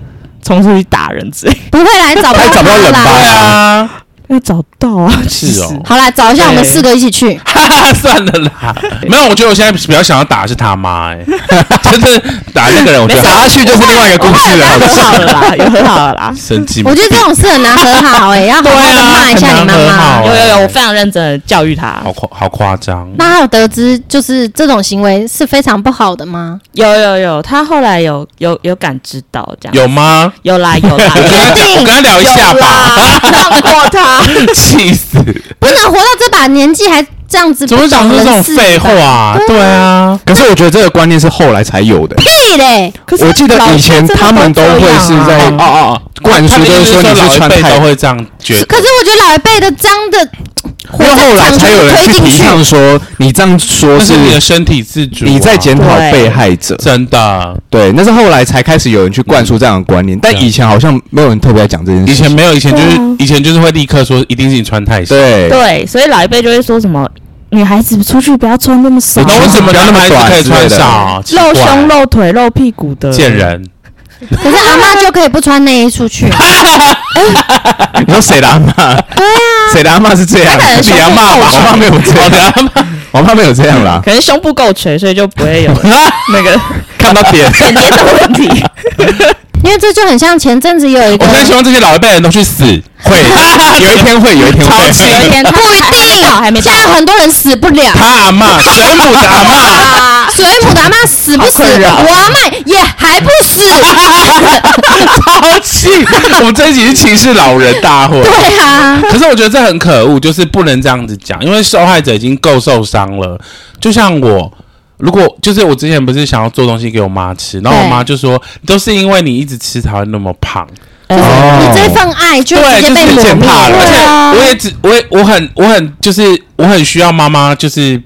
S4: 冲出去打人之类的，
S2: 不会啦，你找不
S3: 还找不到
S2: 到
S3: 人
S2: 他
S3: 吧
S2: 啦。
S1: 对啊，
S4: 要找到啊，其
S1: 是
S4: 实
S1: 哦，
S2: 好啦，找一下，我们
S4: 对
S2: 四个一起去。
S1: 哈哈， 算了啦。没有，我觉得我现在比较想要打的是他妈，哎， 真的打那个人，我觉
S3: 打
S1: 得
S3: 下哎去就是另外一个故事
S4: 有
S3: 了。
S4: 和好了啦，有 和好了啦。
S1: 神经病。
S2: 我觉得这种事很难和好哎，要好好的骂一下
S1: 对啊
S2: 你妈
S1: 很难和好
S2: 妈
S1: 啊。
S4: 有有有，我非常认真的教育他。
S1: 好夸好夸张。
S2: 那他有得知就是这种行为是非常不好的吗？
S4: 有有有，他后来有有有感知到这样。
S1: 有吗？
S4: 有啦有 啊啦，
S1: 我跟他讲我跟他聊一下吧，
S4: 吧，放过他。
S1: 气死！
S2: 不能活到这把年纪还这样子
S1: 怎么会
S2: 不
S1: 讲出
S2: 懂
S1: 这种
S2: 人事
S1: 废话啊？对啊，
S3: 可是我觉得这个观念是后来才有的。
S2: 对嘞？
S4: 可是
S3: 我记得以前他们都会是在
S1: 嗯
S4: 老一辈真的这样
S3: 哦
S4: 啊
S3: 哦哦灌输，就是说你
S1: 老
S3: 是
S1: 一
S3: 穿
S1: 辈
S3: 太
S1: 都，会这样觉
S2: 是
S1: 得。
S2: 可是我觉得老一辈的脏的，火
S3: 因为后
S2: 葬
S3: 来
S2: 场
S3: 才
S2: 全
S3: 有人
S2: 部
S3: 去
S2: 推进
S3: 提
S2: 去。
S3: 倡说你这样说
S1: 那
S3: 是
S1: 是你的身体自主啊，
S3: 你在检讨
S4: 对
S3: 被害者。
S1: 真的，
S3: 对，那是后来才开始有人去灌输这样的观念，但
S1: 对
S3: 以前好像没有人特别讲这件事
S1: 以
S3: 情。
S1: 前没有，以前就是
S4: 对啊
S1: 以前就是会立刻说，一定是你穿太少。
S3: 对，
S4: 对，所以老一辈就会说什么女孩子出去不要穿那么少，
S1: 那为什么
S3: 不要
S1: 男
S3: 那么
S1: 孩子
S3: 短
S1: 可以
S3: 之类
S1: 穿
S3: 的
S1: 少？奇
S4: 露
S1: 怪
S4: 胸、露腿、露屁股的
S1: 贱？ 人，
S2: 可是阿妈就可以不穿内衣出去，
S3: 你说谁的阿妈？对 啊，谁的阿妈是这样？
S4: 他可能胸
S3: 你阿妈，
S4: 部够
S3: 我
S4: 长
S3: 妈没有这样，我妈没有这样
S1: 啊
S3: 啦，
S4: 可能胸部够垂，所以就不会 有那个
S3: 看不到点。
S4: 肯定的问题。
S2: 因为这就很像前阵子有一
S1: 我
S2: 个，
S1: 真的希望这些老一辈人都去 死。
S3: 会， 有一天会，有一天
S1: 超气
S4: 有一
S3: 会。
S4: 天他
S2: 不一定，
S4: 还没
S2: 现
S4: 到
S2: 在很多人死不了。
S1: 他阿妈，水母的阿妈，
S4: 啊，
S2: 水母的阿妈死不
S1: 啊
S2: 死？
S4: 好困扰
S2: 我阿妈也还不 死。
S1: 超气！ 我们这一集是歧视老人大会。
S2: 对啊，
S1: 可是我觉得这很可恶，就是不能这样子讲，因为受害者已经够受伤了。就像我，如果就是我之前不是想要做东西给我妈吃，然后我妈就说都是因为你一直吃才会那么胖，
S3: 哦
S2: 你这份爱就直
S1: 对，
S2: 接
S1: 就是
S2: 被
S1: 你
S2: 抹
S1: 见
S2: 灭
S1: 怕了。而
S2: 对啊
S1: 且我也只我也我很我很就是我很需要妈妈就是。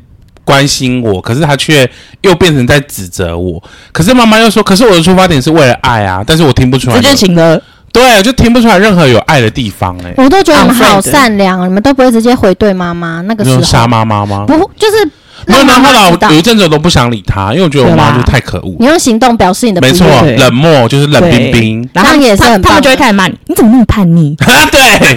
S1: 关心我，可是她却又变成在指责我。可是妈妈又说：“可是我的出发点是为了爱啊！”但是我听不出来
S4: 这
S1: 有，
S4: 就请了
S1: 对，我就听不出来任何有爱的地方、欸。
S2: 我都觉得你们
S4: Unfriend
S2: 好善良，你们都不会直接回对妈妈那个
S1: 你
S2: 时
S1: 说
S2: 候
S1: 杀，妈妈吗？
S2: 不就是
S1: 没有，
S2: 让
S1: 然
S2: 妈
S1: 后后来
S2: 妈知道
S1: 我有一阵子我都不想理他，因为我觉得我妈
S4: 对
S1: 就
S4: 啦
S1: 太可恶。
S2: 你用行动表示你的不
S1: 没错
S2: 悦，
S4: 对，
S1: 冷漠就是冷冰冰。
S4: 然后
S2: 这样也是
S4: 他
S2: 很棒
S4: 他们就会开始骂你，你怎么那么叛逆？
S1: 啊，对，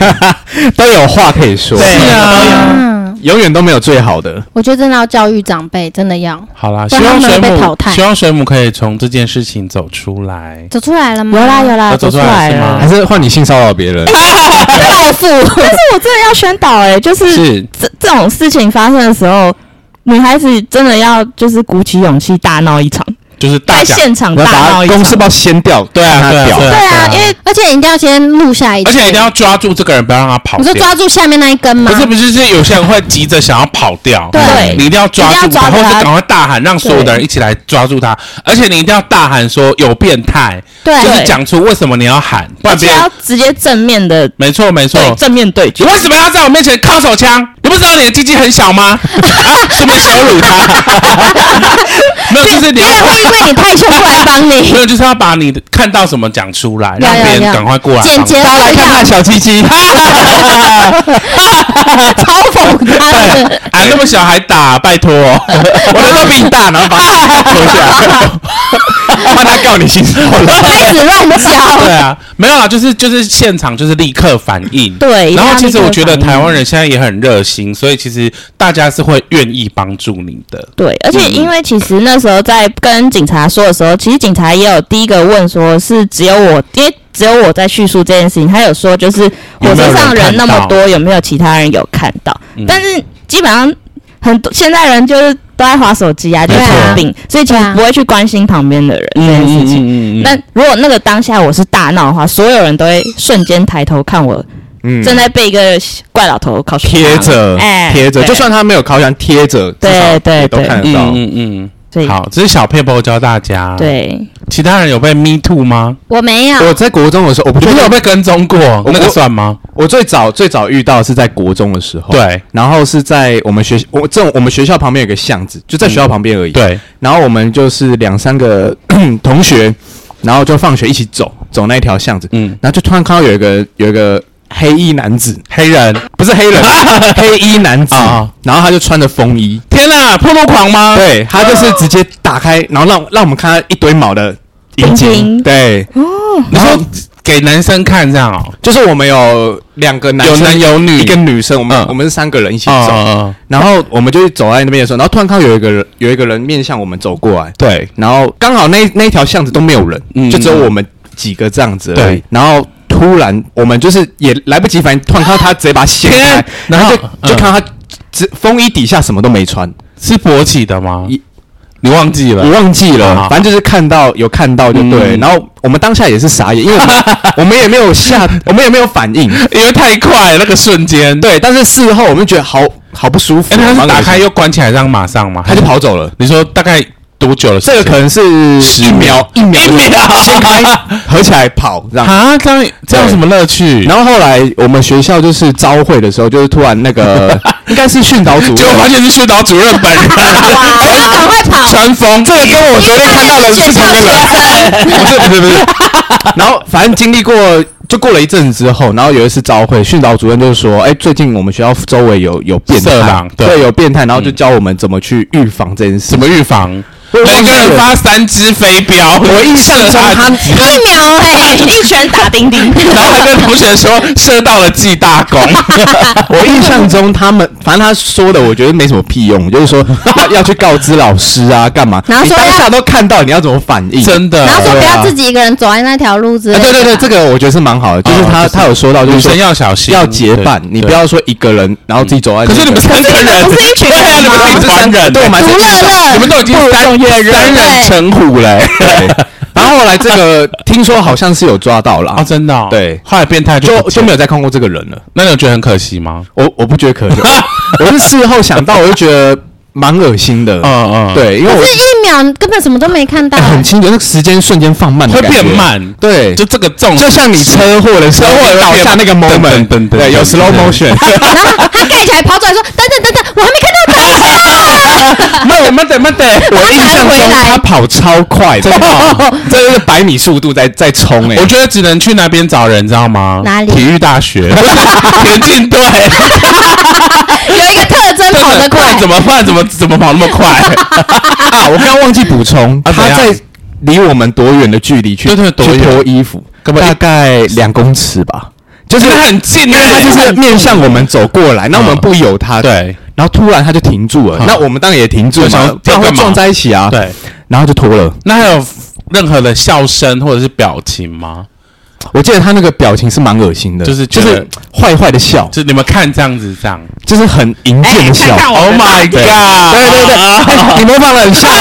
S3: 都有话可以说，
S1: 是啊。
S2: 嗯，
S3: 永远都没有最好的。
S2: 我觉得真的要教育长辈，真的要
S1: 好啦，
S2: 不
S1: 希
S2: 然
S1: 望
S2: 他
S1: 水
S2: 们会被淘
S1: 母，
S2: 汰
S1: 希望水母可以从这件事情走出来。
S2: 走出来了吗？
S4: 有啦 有啦，
S1: 要走
S4: 出
S1: 出来是吗
S4: 了
S3: 还。是换你性骚扰别人，
S1: 哎
S2: 报复，
S4: 但是我真的要宣导哎、就是
S3: 是
S4: 这这种事情发生的时候，女孩子真的要就是鼓起勇气大闹一场，
S1: 就是大
S4: 在
S1: 讲，
S4: 现场
S3: 我要
S4: 大
S3: 把
S4: 闹
S3: 他
S4: 一场
S3: 公。司包掀掉，
S1: 对啊，
S3: 看
S1: 对啊，
S3: 他屌
S1: 对
S2: 对啊，因
S1: 对啊
S2: 为而且一定要先录下一句，
S1: 而且一定要抓住这个人，不要让他跑
S2: 你
S1: 掉
S2: 说。抓住下面那一根吗
S1: 可？是不是是有些人会急着想要跑掉，
S2: 对
S1: 你一定要抓住
S4: 一定要抓
S1: 他，
S4: 住
S1: 或
S4: 他
S1: 是赶快大喊，让所有的人一起来抓住他，而且你一定要大喊说有变态，
S2: 对
S1: 就是讲出为什么你要喊，不
S4: 而
S1: 然别
S4: 且
S1: 人
S4: 要直接正面的
S1: 没错没错
S4: 对，正面对决
S1: 你。为什么要在我面前靠手枪？你不知道你的鸡鸡很小吗？啊，什么羞辱 他？没有，就是你
S2: 别
S1: 要
S2: 人哎会因为你太凶过来帮你
S1: 没，有，就是要把你的看到什么讲出来，让
S2: 有
S1: 别
S2: 有
S1: 人
S2: 有
S1: 赶快过来帮
S2: 简
S1: 忙。
S2: 洁
S3: 大家来
S2: 扼
S3: 看
S2: 要
S3: 看，小鸡鸡，
S1: 哎
S2: 嘲讽他 们。
S1: 俺啊那么小还打，拜托，哦
S3: 我的都比你大，然后把他脱下来，怕他告你性骚 扰。
S2: 开始乱
S1: 对
S2: 教，
S1: 啊，没有啦，就是就是现场就是立刻反应。
S4: 对
S1: 然后其实我觉得
S4: 一定要立刻反应
S1: 台湾人现在也很热心，所以其实大家是会愿意帮助你的。
S4: 对，而且因为其实那时候在跟警察说的时候，其实警察也有第一个问说，是只有我，因为只有我在叙述这件事情，他有说就是火车上人那么多，有没有其他人有看到？
S1: 嗯
S4: 但是基本上很多现在人就是都在划手机啊，就
S2: 没错
S4: 是病，所以其
S2: 对
S4: 实
S2: 啊
S4: 不会去关心旁边的人这件事情。
S1: 嗯
S4: 但如果那个当下我是大闹的话，所有人都会瞬间抬头看我，
S3: 嗯
S4: 正在被一个怪老头靠
S3: 贴着，
S4: 哎，
S3: 贴着，
S4: 对
S3: 就算他没有烤箱，贴着，
S4: 对
S3: 至少
S4: 对
S3: 也都
S4: 对
S3: 看得到。
S1: 嗯嗯
S4: 所以
S1: 嗯，好，这是小佩波教大家。，
S4: 对。
S1: 其他人有被 me too 吗？
S2: 我没有，
S3: 我在国中的时候，我不
S1: 嗯你
S3: 确
S1: 不是有
S3: 定，
S1: 被跟踪过，那个
S3: 我
S1: 算吗？
S3: 我最早最早遇到是在国中的时候，，
S1: 对
S3: 然后是在我们学我这种我们学校旁边有个巷子，就在学校旁边而已，
S1: 嗯对，
S3: 然后我们就是两三个 同学，然后就放学一起走，走那一条巷子，
S1: 嗯，
S3: 然后就突然看到有一个有一个黑衣男子，
S1: 黑人，
S3: 不是 黑人，黑衣男子
S1: 哦，
S3: 然后他就穿着风衣，
S1: 天哪，破路狂吗？
S3: 对他就是直接打开，然后让让我们看到一堆毛的阴
S4: 阴
S3: 茎，
S4: 茎
S3: 对，
S1: 你
S3: 然后
S1: 说给男生看这样哦，
S3: 就是我们有两个男
S1: 有
S3: 生
S1: 男有女，
S3: 一个女嗯生，我们、
S1: 嗯
S3: 我们是三个人一起
S1: 哦哦
S3: 走，
S1: 哦，
S3: 然后我们就走在那边的时候，然后突然看到有一个人有一个人面向我们走过来，
S1: 对，
S3: 然后刚好那那一条巷子都没有人，
S1: 嗯
S3: 就只有我们几个这样子而已
S1: 对。
S3: 然后突然我们就是也来不及反应，突然看到他直接把他掀开
S1: 天，
S3: 然后
S1: 然
S3: 就
S1: 后嗯
S3: 就看到他只风衣底下什么都没穿，
S1: 是勃起的吗
S3: 一？
S1: 你忘记
S3: 我
S1: 了？
S3: 忘记了
S1: 啊，
S3: 反正就是看到有看到就对。
S1: 嗯
S3: 然后我们当下也是傻眼，因 为我们我们也没有下，我们也没有反应，
S1: 因为太快了那个瞬间，
S3: 对。但是事后我们觉得好好不舒服，啊
S1: 哎，他
S3: 蛮
S1: 是
S3: 恶心
S1: 打开又关起来，这样马上吗？
S3: 他就跑走了。
S1: 你说大概多久了时
S3: 这
S1: 间？啊
S3: 个可能是
S1: 10
S3: 一秒一秒
S1: 一秒
S3: 掀 开合起来跑这样。
S1: 啊，这样这样有什么乐趣？
S3: 然后后来我们学校就是招会的时候，就是突然 那个应该是训导主任，
S1: 结果发现是训导主任本 人
S2: 赶快跑！
S1: 传风，这个跟
S3: 我昨天看到的是同一个 人，不
S1: 哦
S3: 是不是不是。然后反正经历过，就过了一阵子之后，然后有一次招会，训导主任就说：“哎，最近我们学校周围有有变
S1: 色
S3: 态
S1: 狼，对嗯
S3: 有变态，然后就教我们怎么去预防这件事
S1: 怎。么预防？
S3: 我忘
S1: 人
S3: 记
S1: 跟
S3: 了
S1: 人发三支飞镖，
S3: 我印象中他
S1: 射
S3: 他
S2: 一秒哎、
S4: 一拳打钉钉，
S1: 然后还跟同学说射到了记大 功，
S3: 我印象中他们，反正他说的，我觉得没什么屁用，就 是说要要去告知老师啊，干嘛？
S2: 然后
S3: 你
S2: 说
S3: 当
S2: 要
S3: 下都看到，你要怎么反应？
S1: 真的。
S2: 然后说不
S3: 对啊
S2: 要自己一个人走在那条路之
S3: 啊
S2: 类的。
S3: 对对 对，这个我觉得是蛮好的，就是他、
S1: 哦就是
S3: 他有说到，就是
S1: 女
S3: 说
S1: 生要小心，
S3: 要结伴，你不要说一个人，然后自己走在那
S1: 可
S3: 个。
S1: 是你们三个人，
S2: 不是一群人
S1: 对啊，你们
S2: 吗
S1: 是一团人，
S3: 对，我们还
S2: 独乐
S3: 是
S2: 乐，
S1: 你们都已经三三人成虎了欸。
S3: 对。然后后来这 个听说好像是有抓到
S1: 啊，
S3: 啦，
S1: 真的哦。
S3: 对
S1: 后来变态就
S3: 就
S1: 不
S3: 就
S1: 见了
S3: 没有再看过这个人了。
S1: 那你有觉得很可惜吗？
S3: 我我不觉得可惜， 我是事后想到，我就觉得蛮恶心的。
S1: 嗯嗯
S3: 对，因为
S2: 可
S3: 我
S2: 是一秒根本什么都没看到、
S3: 哎 很清楚，那个时间瞬间放慢的
S1: 会
S3: 感觉，
S1: 变慢
S3: 对，
S1: 就这个重，
S3: 就像你车祸的时候，
S1: 车祸
S3: 你倒下那个
S1: 会变慢噔
S3: moment，
S1: 噔噔
S3: 对，
S1: 噔
S3: 有
S1: 噔
S3: slow
S1: 噔
S3: motion。
S2: 然后他盖起来跑出来说：“等等等等，我还没看到他。
S1: 慢点慢点慢点，
S3: 我印象中他跑超快，真 的，这就是百米速度在在冲哎
S1: 我。觉得只能去那边找人，你知道吗？
S2: 哪里
S1: 体育大 学，不是田径队，
S2: 有一个特征跑得快
S1: 对，怎么办？怎么怎么跑那么快？
S3: 啊，我刚刚忘记补充，
S1: 啊
S3: 他
S1: 怎样
S3: 在离我们多远的距离去
S1: 对对多
S3: 去
S1: 远
S3: 脱衣服，
S1: 本
S3: 大概两公尺吧， 就
S1: 就是是很近，欸
S3: 因为他就是面向我们走过来，那我们不由他，
S1: 对，
S3: 然后突然他就停住了，
S1: 嗯
S3: 那我们当然也停住
S1: 就想
S3: 嘛
S1: 说，
S3: 不然
S1: 要
S3: 会
S1: 干嘛
S3: 撞在一起啊，，
S1: 对。
S3: 然后就脱了。
S1: 那还有任何的笑声或者是表情吗？
S3: 我记得他那个表情是蛮恶心的，
S1: 就是
S3: 就
S1: 觉得
S3: 是坏坏的笑，
S1: 就你们看这样子这样
S3: 就是很淫贱的笑。
S1: 哎看我的
S3: Oh my
S1: 大腿
S3: god！对哦对对，哎你模仿的很啊像，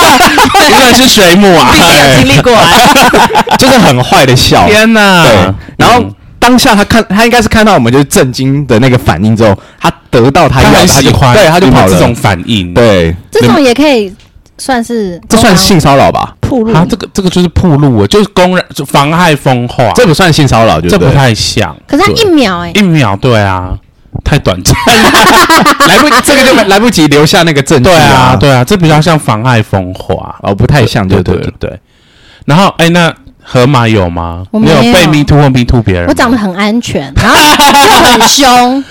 S1: 原来是水母啊！哎
S4: 毕竟有经历过啊，
S3: 就是很坏的笑。
S1: 天哪！
S3: 对，啊然后
S1: 嗯
S3: 当下他看，他应该是看到我们就是震惊的那个反应之后，他得到他
S1: 他
S3: 要，
S1: 很
S3: 他就
S1: 喜欢，
S3: 对，他就
S1: 你们
S3: 跑了。
S1: 这种反应，
S3: 对，
S2: 这种也可以算是
S3: 这算性骚扰吧？
S2: 铺路
S1: 啊，这个这个就是铺路，就是公然就妨害风化，
S3: 这不算性骚扰，就
S1: 这
S3: 对
S1: 不太像。
S2: 可是他一秒哎、
S1: 一秒，对啊，太短 暂。
S3: 来不，这个就来不及留下那个证据
S1: 对啊，。对啊，这比较像妨害风化，
S3: 哦，不太像就
S1: 对
S3: 对
S1: 对
S3: 了
S1: 对。对。然后，哎，那河马有吗？
S2: 我
S1: 你
S2: 没有
S1: 被迷途或迷途别人吗？
S2: 我长得很安全，然后又很凶，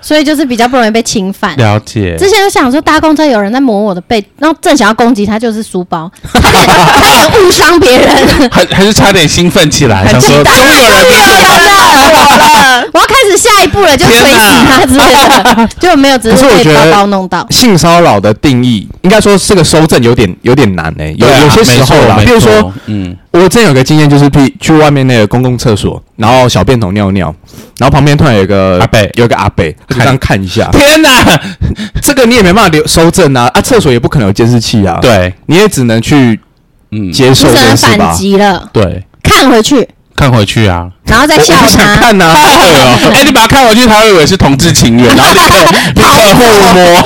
S2: 所以就是比较不容易被侵犯。
S1: 了解，
S2: 之前就想说搭公车有人在摸我的背，然后正想要攻击他，就是书 包，他也他也误伤别人。
S1: 还还是差点兴奋起来，想说
S2: 期待
S1: 终于有人
S2: 终于有人了，我要开始下一步了，就捶死他之类的，就没有只
S3: 可是
S2: 是
S3: 我
S2: 被
S3: 觉
S2: 包
S3: 得
S2: 包弄到。
S3: 性骚扰的定义，应该说这个收证有点有点难欸诶，有
S1: 对啊
S3: 有些时候啦，
S1: 没
S3: 比
S1: 错没
S3: 如说
S1: 错嗯，
S3: 我之前有个经验，就是去去外面那个公共厕所，然后小便桶尿尿，然后旁边突然有一个
S1: 阿伯
S3: 有一个阿伯，就这样看一下，
S1: 天哪，
S3: 这个你也没办法留收证啊，啊，厕所也不可能有监视器啊，，
S1: 对，
S3: 你也只能去
S1: 嗯，
S3: 接
S2: 你
S3: 受
S2: 只
S3: 这
S2: 能
S3: 件事
S2: 反
S3: 吧。
S2: 击了，
S1: 对，
S2: 看回去，
S1: 看回去啊。
S2: 然后再
S3: 我
S2: 笑
S3: 我不想
S2: 他。
S3: 看呐、 啊，好恶 哦
S1: 哎，你把它看回去，他会以为是同志情缘，然 后立刻立刻互 摸。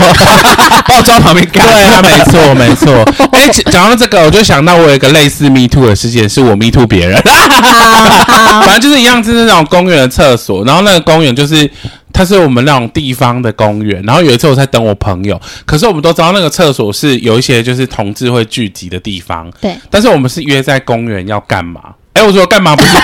S3: 把我抓旁边干。
S1: 对啊，没错没错。哎、讲讲到这个，我就想到我有一个类似 me too 的事件，是我 me too 别人， 反正就是一样，就是那种公园的厕所，然后那个公园就是。它是我们那种地方的公园，然后有一次我在等我朋友，可是我们都知道那个厕所是有一些就是同志会聚集的地方，
S2: 对，
S1: 但是我们是约在公园要干嘛？哎，我说我干嘛不是？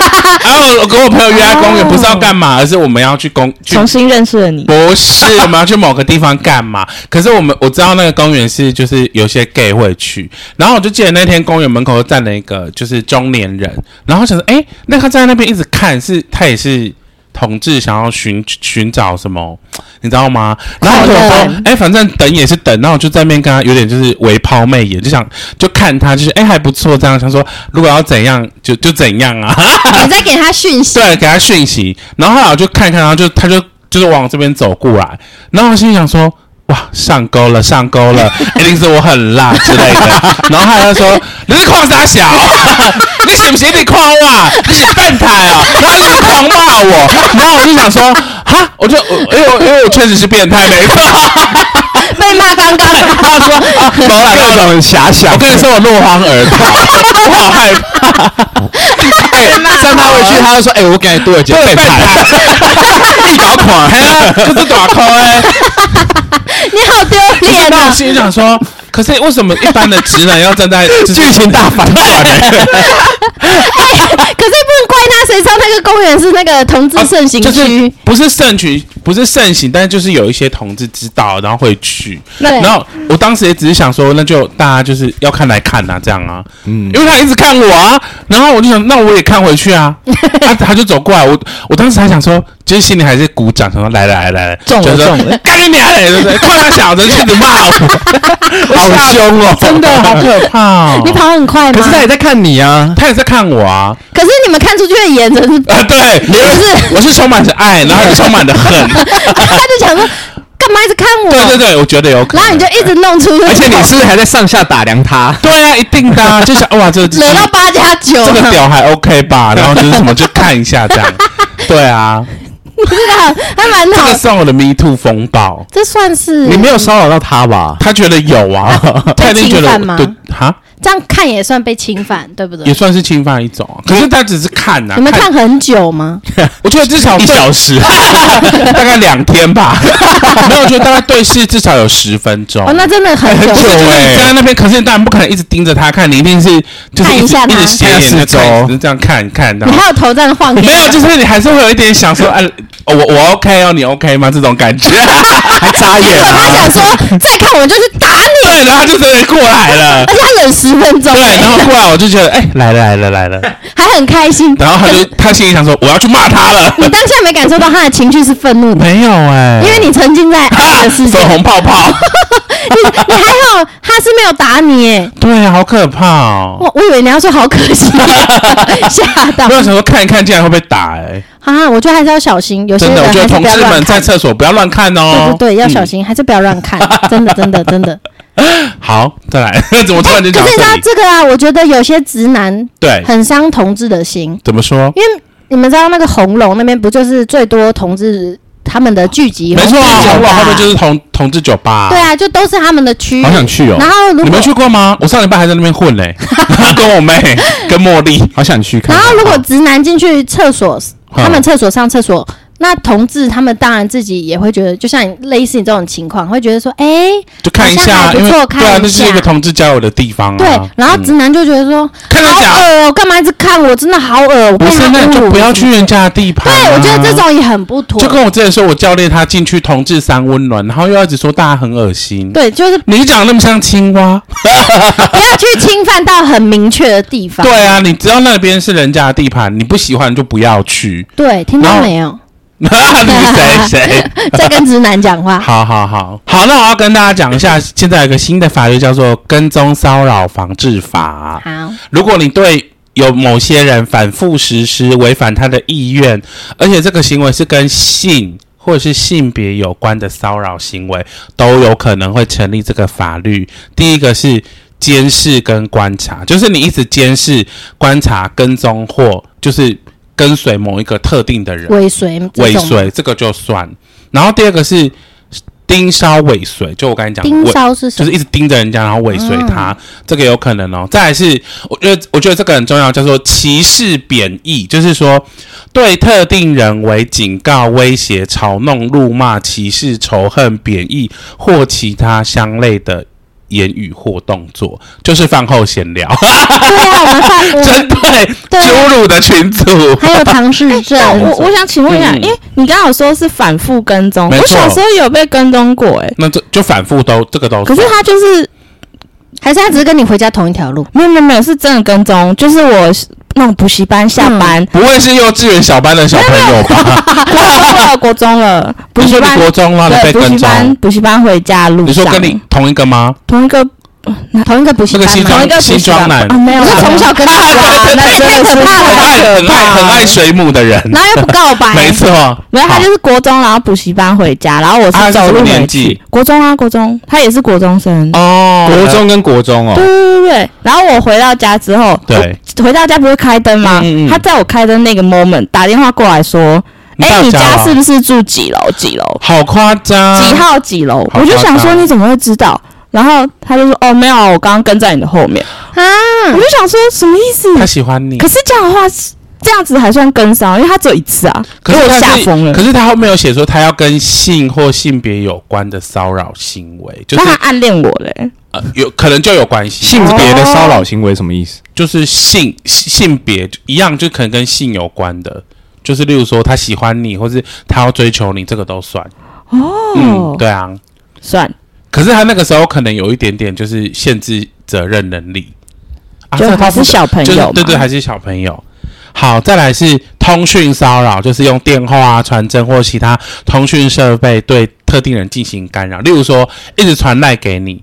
S1: 然后我跟我朋友约在公园，不是要干嘛，而是我们要去公去
S4: 重新认识了你，
S1: 不是，我们要去某个地方干嘛？ 可是我们我知道那个公园是就是有些 gay 会去，然后我就记得那天公园门口站了一个就是中年人，然后想说，哎、那他站在那边一直看，是他也是同志想要寻寻找什么，你知道吗？然后我就
S2: 快乐
S1: 说，哎、反正等也是等，然后我就在那边跟他有点就是围抛媚眼，就想就看他就是哎、还不错这样，想说如果要怎样就就怎样啊，
S2: 你在给他讯 息，
S1: 对，给他讯息，然后后来我就看看，然后就他就就是往这边走过来，然后我心里想说。哇，上钩了，上钩了，一定是我很辣之类的。然后他就说：“你是矿傻小， 你是不是你矿哇？你是笨蛋啊！”然后他就狂骂我，然后我就想说：“哈，我就我因为我因为我确实是变态，没错。
S2: 被骂刚刚的，
S1: 他说：“啊，毛来
S3: 各种遐想。
S1: 我跟你说，我落荒而 逃，我好害怕。
S3: 哎，上他回去，他就说：“哎，我感觉多了几
S1: 对
S3: 变
S1: 笨
S3: 态， 一条款。
S1: 哎呀，就是打 call 哎。”
S2: 你好丢脸
S1: 那我
S2: 啊！
S1: 心里想说，可是为什么一般的直男要站在就是
S3: 剧情大反转、欸，
S2: 哎可是不能怪他，谁知道那个公园是那个同志盛行
S1: 啊就是
S2: 区？
S1: 不是盛群，不是盛行，但是就是有一些同志知道，然后会去。
S2: 那
S1: 然后我当时也只是想说，那就大家就是要看来看啊，这样啊，嗯，因为他一直看我啊，然后我就想，那我也看回去啊，他他就走过来，我我当时还想说，就是心里还是鼓掌，想说来来来来，
S4: 中了
S1: 就是说
S4: 中了，
S1: 干你娘嘞，对不对？快把小子去你骂我，
S3: 好凶哦！
S1: 真的好可怕哦！
S2: 你跑很快吗？
S3: 可是他也在看你啊，
S1: 他也在看我啊，
S2: 可是你们看出去的眼 神是，
S1: 啊，对，你
S2: 是
S1: 我是充满着爱，然后也充满着恨。
S2: 他就想说，干嘛一直看我？
S1: 对对对，我觉得有可能。
S2: 然后你就一直弄出，
S3: 而且你是不是还在上下打量 他？
S1: 对啊，一定的、啊，就想哇，这
S2: 惹到八加九，
S1: 这个屌还 OK 吧？然后就是什么，就看一下这 样。对啊，
S2: 真的还蛮
S1: 这
S2: 好
S1: 个。算我的 Me Too 风暴，
S2: 这算是
S3: 你没有骚扰到他吧？
S1: 他觉得有 啊，他一定觉
S2: 侵
S1: 得
S2: 犯
S1: 我
S2: 吗
S1: 对哈，
S2: 这样看也算被侵犯，对不对
S1: 也？算是侵犯一种啊。可是他只是看呐、啊，
S2: 你们看很久吗？
S1: 我觉得至少一小时， 大概两天 吧。没有，我觉得大概对视至少有十分钟。欸
S2: 哦，那真的很久
S1: 不。是，就是你站在那边，可是你当然不可能一直盯着他看，你一定是就是
S2: 看一
S1: 直
S2: 下他
S1: 一直斜眼在
S3: 看四周
S1: 看，只是这样看看到
S2: 你。还有头这样晃 给
S1: 没
S2: 他，
S1: 有，就是你还是会有一点想说，哎、哦我我 OK 哦，你 OK 吗？这种感 觉。
S3: 还眨
S2: 结
S3: 眼
S2: 果他
S3: 啊
S2: 想？说再看我就去打你，
S1: 对，然后他就真的过来了。
S2: 而且他忍十分钟，
S1: 对，然后过来我就觉得，哎、来了来了来了。
S2: 还很开心。
S1: 然后他就他心里想说，我要去骂他了。
S2: 你当下没感受到他的情绪是愤怒的，
S1: 没有哎、
S2: 因为你沉浸在爱的世界
S1: 粉。红泡 泡。
S2: 你你还好，他是没有打你耶，
S1: 对啊，好可怕哦。
S2: 我我以为你要说好可惜， 吓到
S1: 没有想说看一看，竟然会被打哎、
S2: 啊！我觉得还是要小心，有些
S1: 真
S2: 人
S1: 的，我
S2: 还
S1: 觉得
S2: 是
S1: 同
S2: 不要
S1: 志
S2: 乱
S1: 们在
S2: 看。
S1: 厕所不要乱看
S2: 对
S1: 哦
S2: 对。对，要小心，还是不要乱 看，真的真的真的。
S1: 好，再来， 怎么突然就讲到
S2: 可是你知
S1: 这里？
S2: 道
S1: 哎
S2: 这个啊，我觉得有些直男
S1: 对，
S2: 很伤同志的心，
S1: 怎么说？
S2: 因为你们知道那个红楼那边不就是最多同志他们的聚集？
S1: 没错啊，
S2: 红
S1: 红
S2: 楼
S1: 楼后面就是是同同志酒吧。
S2: 对，啊，就都是他们的区域。
S3: 好想去哦
S2: 然，后如
S1: 你
S2: 果
S1: 没去过吗？我上礼拜还在那边混 嘞，跟我妹、跟茉莉。
S3: 好想去看。
S2: 然后如果直男进去厕所，他们厕所上厕所，那同志他们当然自己也会觉得，就像你类似你这种情况，会觉得说，哎、
S1: 就看一
S2: 好像
S1: 下，
S2: 还不
S1: 因为
S2: 错看
S1: 对啊，
S2: 一
S1: 那是
S2: 下
S1: 一个同志交友的地方啊。
S2: 对，然后直男就觉得说，
S1: 看得
S2: 好
S1: 假
S2: 恶哦，干嘛一直看我？真的好恶，我被
S1: 不是
S2: 他
S1: 那
S2: 侮
S1: 就
S2: 辱
S1: 不要去人家的地盘
S2: 对
S1: 啊。，
S2: 我觉得这种也很不妥
S1: 就。跟我之前说，我教练他进去同志三温暖，然后又要一直说大家很恶心。
S2: 对，就是
S1: 你长得那么像青蛙，
S2: 不要去侵犯到很明确的地 方。
S1: 对啊，你知道那边是人家的地盘，你不喜欢就不要去。
S2: 对，听
S1: 然
S2: 到
S1: 后
S2: 没有？
S1: 你谁 谁？
S2: 在跟直男讲话。
S1: 好好好好，那我要跟大家讲一下，现在有个新的法律叫做《跟踪骚扰防治法》。
S2: 好，
S1: 如果你对有某些人反复实施违反他的意愿，而且这个行为是跟性或者是性别有关的骚扰行为，都有可能会成立这个法律。第一个是监视跟观察，就是你一直监视、观察、跟踪或就是跟随某一个特定的人。
S2: 尾随这
S1: 尾
S2: 种
S1: 随啊这个就算。然后第二个是盯梢尾随，就我刚才讲的
S2: 盯
S1: 尾，
S2: 梢是什
S1: 就
S2: 么
S1: 是？一直盯着人家，然后尾随他，
S4: 嗯
S1: 这个有可能哦。再来是，我觉得我觉得这个很重要，叫做歧视贬义，就是说对特定人为警告、威胁、嘲弄、辱骂、歧视、仇恨、贬义或其他相类的。言语或动作，就是饭后闲聊，
S2: 对啊，我 们发
S1: 针对
S2: 对
S1: 羞辱的群组。
S2: 还有唐氏症，
S1: 哎
S4: 那我我想请问一下，
S1: 嗯
S4: 因为你刚刚有说是反复跟踪，
S1: 没
S4: 我
S1: 错
S4: 小时候有被跟踪过，哎，
S1: 那这就反复都这个都
S4: 可是
S1: 算
S4: 他就是
S2: 还是他只是跟你回家同一条路，
S4: 没有没有没有是真的跟踪，就是我那种补习班下 班，
S1: 不会是幼稚园小班的小朋友吧？
S4: 我到国中了，补
S1: 你
S4: 习
S1: 说你
S4: 班
S1: 国中啦，你
S4: 对
S1: 被
S4: 补
S1: 跟
S4: 习班
S1: 踪，
S4: 补习班回家路上，
S1: 你说跟你同一个吗？
S4: 同一个
S2: 同一个补习
S1: 那
S2: 班
S1: 个西
S2: 吗？
S4: 同一个
S1: 装
S4: 补习
S1: 西
S4: 班
S1: 装男
S4: 啊，，没有
S2: 你
S4: 啦，
S2: 是从小跟到大，
S4: 哇，那真的是
S1: 很爱很爱很爱水母的人，
S2: 然后又不告白，
S1: 没错，
S4: 没有，他
S1: 好
S4: 就是国中，然后补习班回家，然后我
S1: 啊
S4: 是走
S1: 什
S4: 路
S1: 么
S4: 回
S1: 年
S4: 去
S1: 纪。
S4: 国中啊，国中，他也是国中生。
S1: 哦，
S3: 国
S4: 哎
S3: 中跟国中哦
S4: 对，对对对，然后我回到家之后，
S1: 对
S4: 我，回到家不是开灯吗？
S1: 嗯嗯嗯
S4: 他在我开灯那个 moment 打电话过来说：“
S1: 你
S4: 哎、
S1: 到
S4: 你
S1: 家
S4: 家
S1: 了
S4: 是不是住几楼几楼
S1: 好夸张，
S4: 几号几楼？”
S1: 好
S4: 我就想
S1: 夸
S4: 说
S1: 张
S4: 你怎么会知道？然后他就说：“哦，没有，我刚刚跟在你的后面。”
S2: 啊，
S4: 我就想说什么意思？
S1: 嗯他喜欢你
S4: 可，是这样的话，这样子还算跟上，因为他只有一次啊，
S1: 可是
S4: 给我
S1: 他
S4: 吓
S1: 是
S4: 疯了。
S1: 可是他后面有写说他要跟性或性别有关的骚扰行为，就是
S4: 那他暗恋我嘞、
S1: 呃有可能就有关系，
S3: 性别的骚扰行为什么意思？
S1: 就是性性别一样，就可能跟性有关的，就是例如说他喜欢你，或是他要追求你，这个都算。
S4: 哦，
S1: 嗯，对啊。
S4: 算
S1: 可是他那个时候可能有一点点就是限制责任能力，啊
S4: 就
S1: 这
S4: 还是小朋
S1: 就是
S4: 友嘛，
S1: 对对，还是小朋友。好，再来是通讯骚扰，就是用电话啊、传真或其他通讯设备对特定人进行干扰，例如说一直传赖给你，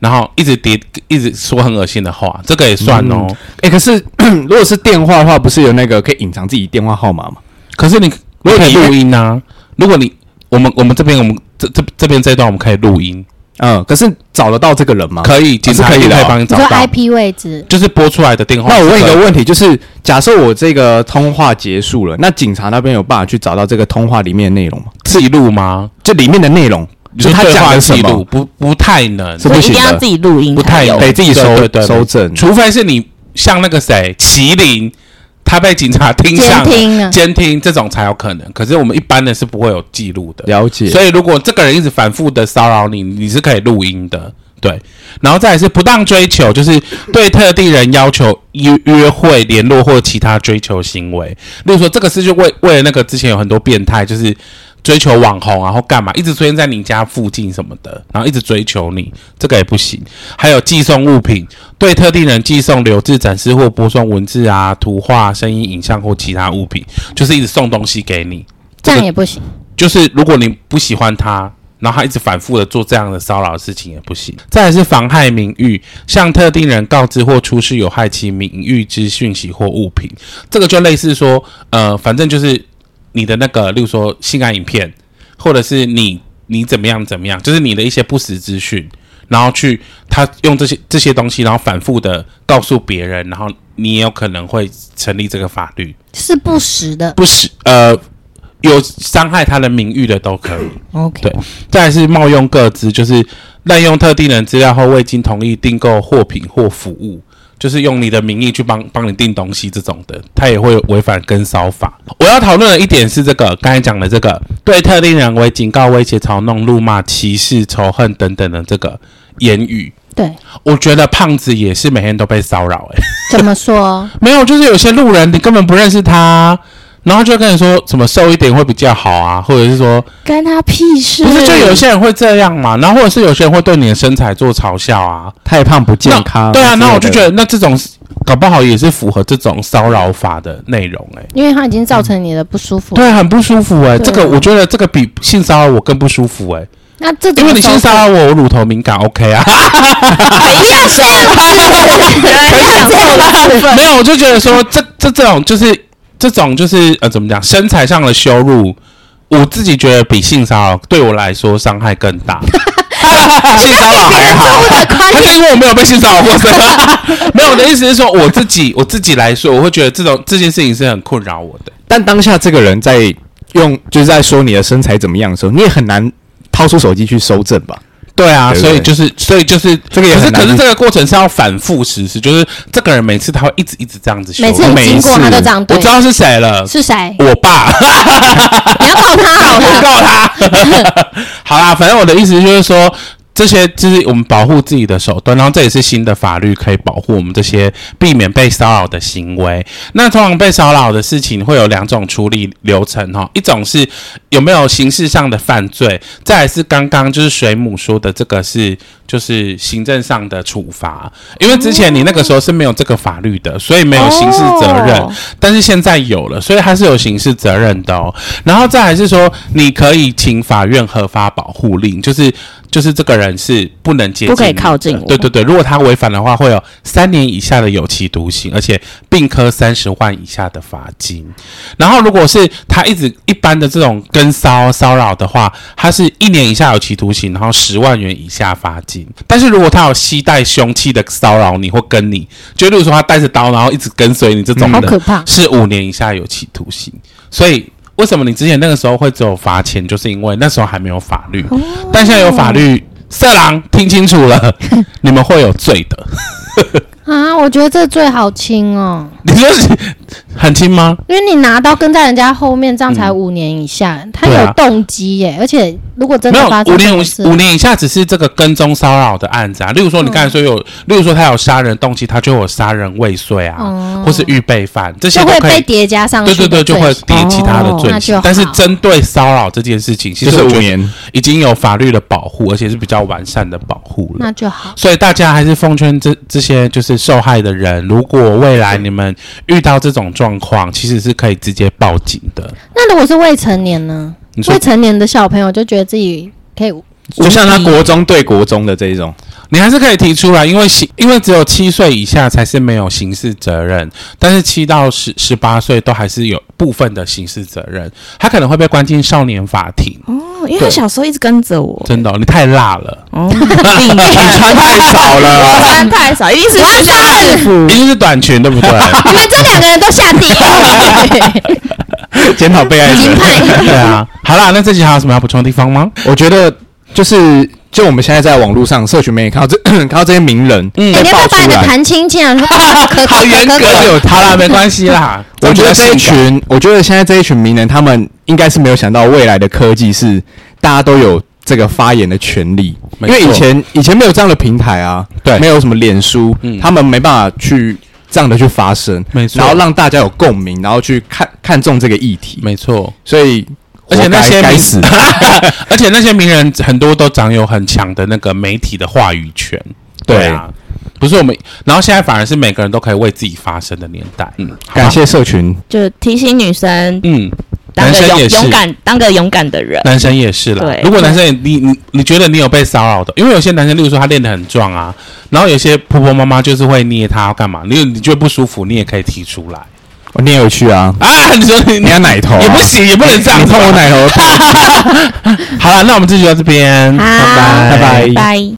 S1: 然后一直叠，一直说很恶心的话，这个也算哦。
S3: 哎、可是 如果是电话的话，不是有那个可以隐藏自己电话号码吗？
S1: 可是你
S3: 如
S1: 如
S3: 果
S1: 可以
S3: 你
S1: 录音啊，如果你我们我们这边我们这这这边这一段我们可以录音，
S3: 嗯，可是找得到这个人吗？
S1: 可以，警察
S3: 啊可以
S1: 一定
S3: 的
S1: 可以
S3: 哦
S1: 帮你
S2: 你
S1: 找
S2: 说
S1: 到，
S2: IP 位置，
S1: 就是拨出来的电话
S3: 那
S1: 是
S3: 我
S1: 可以。
S3: 问一个问题，哦就是假设我这个通话结束了，那警察那边有办法去找到这个通话里面的内容吗？
S1: 记录吗？
S3: 就里面的内容，
S1: 你
S3: 就
S1: 说
S3: 他
S1: 对
S3: 讲
S1: 话
S3: 的什
S1: 记录
S3: 么，
S1: 不不太能，
S3: 是不
S4: 所以
S3: 行
S4: 一定要
S3: 的
S4: 自己录音才有，
S1: 不太有
S3: 得自己收
S1: 对对对对
S3: 收证。
S1: 除非是你像那个谁麒麟，他被警察盯上了
S2: 监听啊
S1: 监听这种才有可能。可是我们一般的是不会有记录的，
S3: 了解，
S1: 所以如果这个人一直反复的骚扰你，你是可以录音的。对，然后再来是不当追求，就是对特定人要求约约会、联络或其他追求行为。例如说，这个是就为为了那个之前有很多变态，就是追求网红啊，然后干嘛，一直出现在你家附近什么的，然后一直追求你，这个也不行。还有寄送物品，对特定人寄送、留置、展示或播送文字啊、图画、声音、影像或其他物品，就是一直送东西给你。
S2: 这样也不行。
S1: 就是如果你不喜欢他，然后他一直反复的做这样的骚扰的事情也不行。再来是妨害名誉，向特定人告知或出示有害其名誉之讯息或物品，这个就类似说，呃，反正就是你的那个，例如说性爱影片，或者是你你怎么样怎么样，就是你的一些不实资讯，然后去他用这些这些东西，然后反复的告诉别人，然后你也有可能会成立这个法律。
S2: 是不实的
S1: 不是呃有伤害他的名誉的都可以。
S2: ，OK，
S1: 对再来是冒用个资，就是滥用特定人资料后未经同意订购货品或服务。就是用你的名义去帮帮你订东西这种的，他也会违反跟骚法。我要讨论的一点是这个，刚才讲的这个对特定人为警告、威胁、嘲弄、辱骂、歧视、仇恨等等的这个言语，
S2: 对，
S1: 我觉得胖子也是每天都被骚扰、欸，
S2: 怎么说？
S1: 没有，就是有些路人你根本不认识他，然后就跟你说什么瘦一点会比较好啊，或者是说
S4: 干他屁事。
S2: 嗯
S1: 不是，就有些人会这样嘛，然后或者是有些人会对你的身材做嘲笑啊，
S3: 太胖不健
S1: 那
S3: 康。
S1: 对啊，
S3: 之类的
S1: 那我就觉得那这种搞不好也是符合这种骚扰法的内容哎、
S2: 因为他已经造成你的不舒服。
S1: 对，很不舒服哎、
S2: 对啊
S1: 这个我觉得这个比性骚扰我更不舒服哎、
S2: 那这种
S1: 因为你性骚扰我，我乳头敏感，OK 啊，
S2: 哎
S4: 要这样子，要 这样子，
S1: 哎没有，我就觉得说这这这种就是这种就是呃怎么讲，身材上的羞辱，我自己觉得比性骚扰对我来说伤害更 大。性骚扰还好，他是因为我没有被性骚扰过，所以没有我的意思是说我自 己我自己来说，我会觉得这种这件事情是很困扰我的。
S3: 但当下这个人在用，就是在说你的身材怎么样的时候，你也很难掏出手机去收证吧？
S1: 对啊，
S3: 对不
S1: 所以
S3: 对
S1: 就是，所以就是
S3: 这个也
S1: 可是
S3: 很难
S1: 可是
S3: 去
S1: 这个过程是要反复实施，就是这个人每次他会一直一直这样子羞辱，
S2: 每次你经过他都这样
S1: 我
S2: 对
S1: 知，道是谁了，
S2: 是谁？
S1: 我爸。
S2: 你要告他好
S1: 我
S2: 了。
S1: 告他。好啦，反正我的意思就是说，这些就是我们保护自己的手段，然后这也是新的法律可以保护我们这些避免被骚扰的行为。那通常被骚扰的事情会有两种处理流程哈、哦，一种是有没有刑事上的犯罪，再来是刚刚就是水母说的这个是就是行政上的处罚，因为之前你那个时候是没有这个法律的，所以没有刑事责任，
S4: 哦
S1: 但是现在有了，所以它是有刑事责任的哦。然后再来是说，你可以请法院核发保护令，就是就是这个人是不能接近你的，
S4: 不可以靠近我
S1: 对对对，如果他违反的话，会有三年以下的有期徒刑，而且并科三十万以下的罚金。然后如果是他一直一般的这种跟骚骚扰的话，他是一年以下有期徒刑，然后十万元以下罚金。但是如果他有携带凶器的骚扰你或跟你，就例如说他带着刀，然后一直跟随你这种
S2: 嗯好
S1: 的，
S2: 可怕。
S1: 是五年以下有期徒刑。所以为什么你之前那个时候会只有罚钱，就是因为那时候还没有法律，
S2: 哦
S1: 但现在有法律。色狼，听清楚了， 你们会有罪的。
S2: 啊，我觉得这最好轻哦，
S1: 你说是很轻吗？
S2: 因为你拿刀跟在人家后面，这样才五年以下，他
S1: 嗯对啊
S2: 有动机耶，而且如果真
S1: 没
S2: 的
S1: 有
S2: 发生
S1: 五年
S2: 什么
S1: 以五
S2: 事，啊
S1: 年以下，只是这个跟踪骚扰的案子啊。例如说，你刚才说
S2: 嗯
S1: 有，例如说他有杀人动机，他就有杀人未遂啊，或是预备犯，这些
S2: 哦就
S1: 都
S2: 会
S1: 可
S2: 被
S1: 以。
S2: 叠加上
S1: 对
S2: 去
S1: 对
S2: 的罪行，
S1: 对，就会抵其他的罪
S2: 哦那就
S1: 行。
S2: 好
S1: 但是针对骚扰这件事情，其
S3: 就
S1: 实
S3: 是
S1: 我觉
S3: 五
S1: 得
S3: 年，
S1: 已经有法律的保护，而且是比较完善的保护了
S2: 那。就好。
S1: 所以大家还是奉劝这这些就是受害的人，如果未来你们遇到这种状况，其实是可以直接报警的。
S2: 那如果是未成年呢？
S1: 你说
S2: 未成年的小朋友就觉得自己可以
S3: 就像他国中对国中的这一种，
S1: 你还是可以提出来，因为刑，因为只有七岁以下才是没有刑事责任，但是七到十十八岁都还是有部分的刑事责任，他可能会被关进少年法庭。
S4: 哦，因为他小时候一直跟着我，
S1: 真的哦、你太辣了，
S4: 哦，你
S3: 穿太少
S4: 我
S3: 了，
S4: 穿太少，一定是穿制服
S3: 嗯
S1: 一。定是短裙对 不对？
S2: 你们这两个人都下 地狱。
S3: 检讨被害
S2: 评
S3: 者。
S2: 判
S1: 对啊，好啦，那这集还有什么要补充的地方 吗？
S3: 我觉得就是，就我们现在在网络上社群媒体看到这 看到这些名人
S1: 嗯
S2: 哎 你
S3: 被
S2: 要不要
S3: 爆
S2: 把
S3: 出
S2: 啊你的
S3: 来，
S2: 弹琴进来？可可
S1: 好严格
S2: 可可，
S1: 有哎好啦，没关系啦。
S3: 我觉得这一群，我觉得现在这一群名人，他们应该是没有想到未来的科技是大家都有这个发言的权利，
S1: 没
S3: 因为
S1: 错
S3: 以前以前没有这样的平台啊，
S1: 对
S3: 没有什么脸书
S1: 嗯，
S3: 他们没办法去这样的去发声，
S1: 没错
S3: 然后让大家有共鸣，然后去看看中这个议题，
S1: 没错，
S3: 所以
S1: 而且那些
S3: 活该该
S1: 名
S3: 死，
S1: 而且那些名人很多都掌有很强的那个媒体的话语权，
S3: 对
S1: 啊，不是我们，然后现在反而是每个人都可以为自己发声的年代，嗯，好吧
S3: 感，谢社群，
S4: 就提醒女生
S1: 嗯，
S4: 当
S1: 男
S4: 个
S1: 生
S4: 勇
S1: 也是
S4: 勇，敢，当个勇敢的人。
S1: 男生也是啦
S4: 对。
S1: 如果男生也你你你觉得你有被骚扰的，因为有些男生，例如说他练得很壮啊，然后有些婆婆妈妈就是会捏他干嘛，你你觉得不舒服，你也可以提出来
S3: 我你也有去啊，
S1: 啊，你说你
S3: 你要奶头啊
S1: 也不行，也不能这样
S3: 你
S1: 子 吧
S3: 碰我奶头，
S1: 好了，那我们这集到这边，
S2: 好
S1: 拜
S3: 拜
S1: 拜
S3: 拜。
S4: 拜。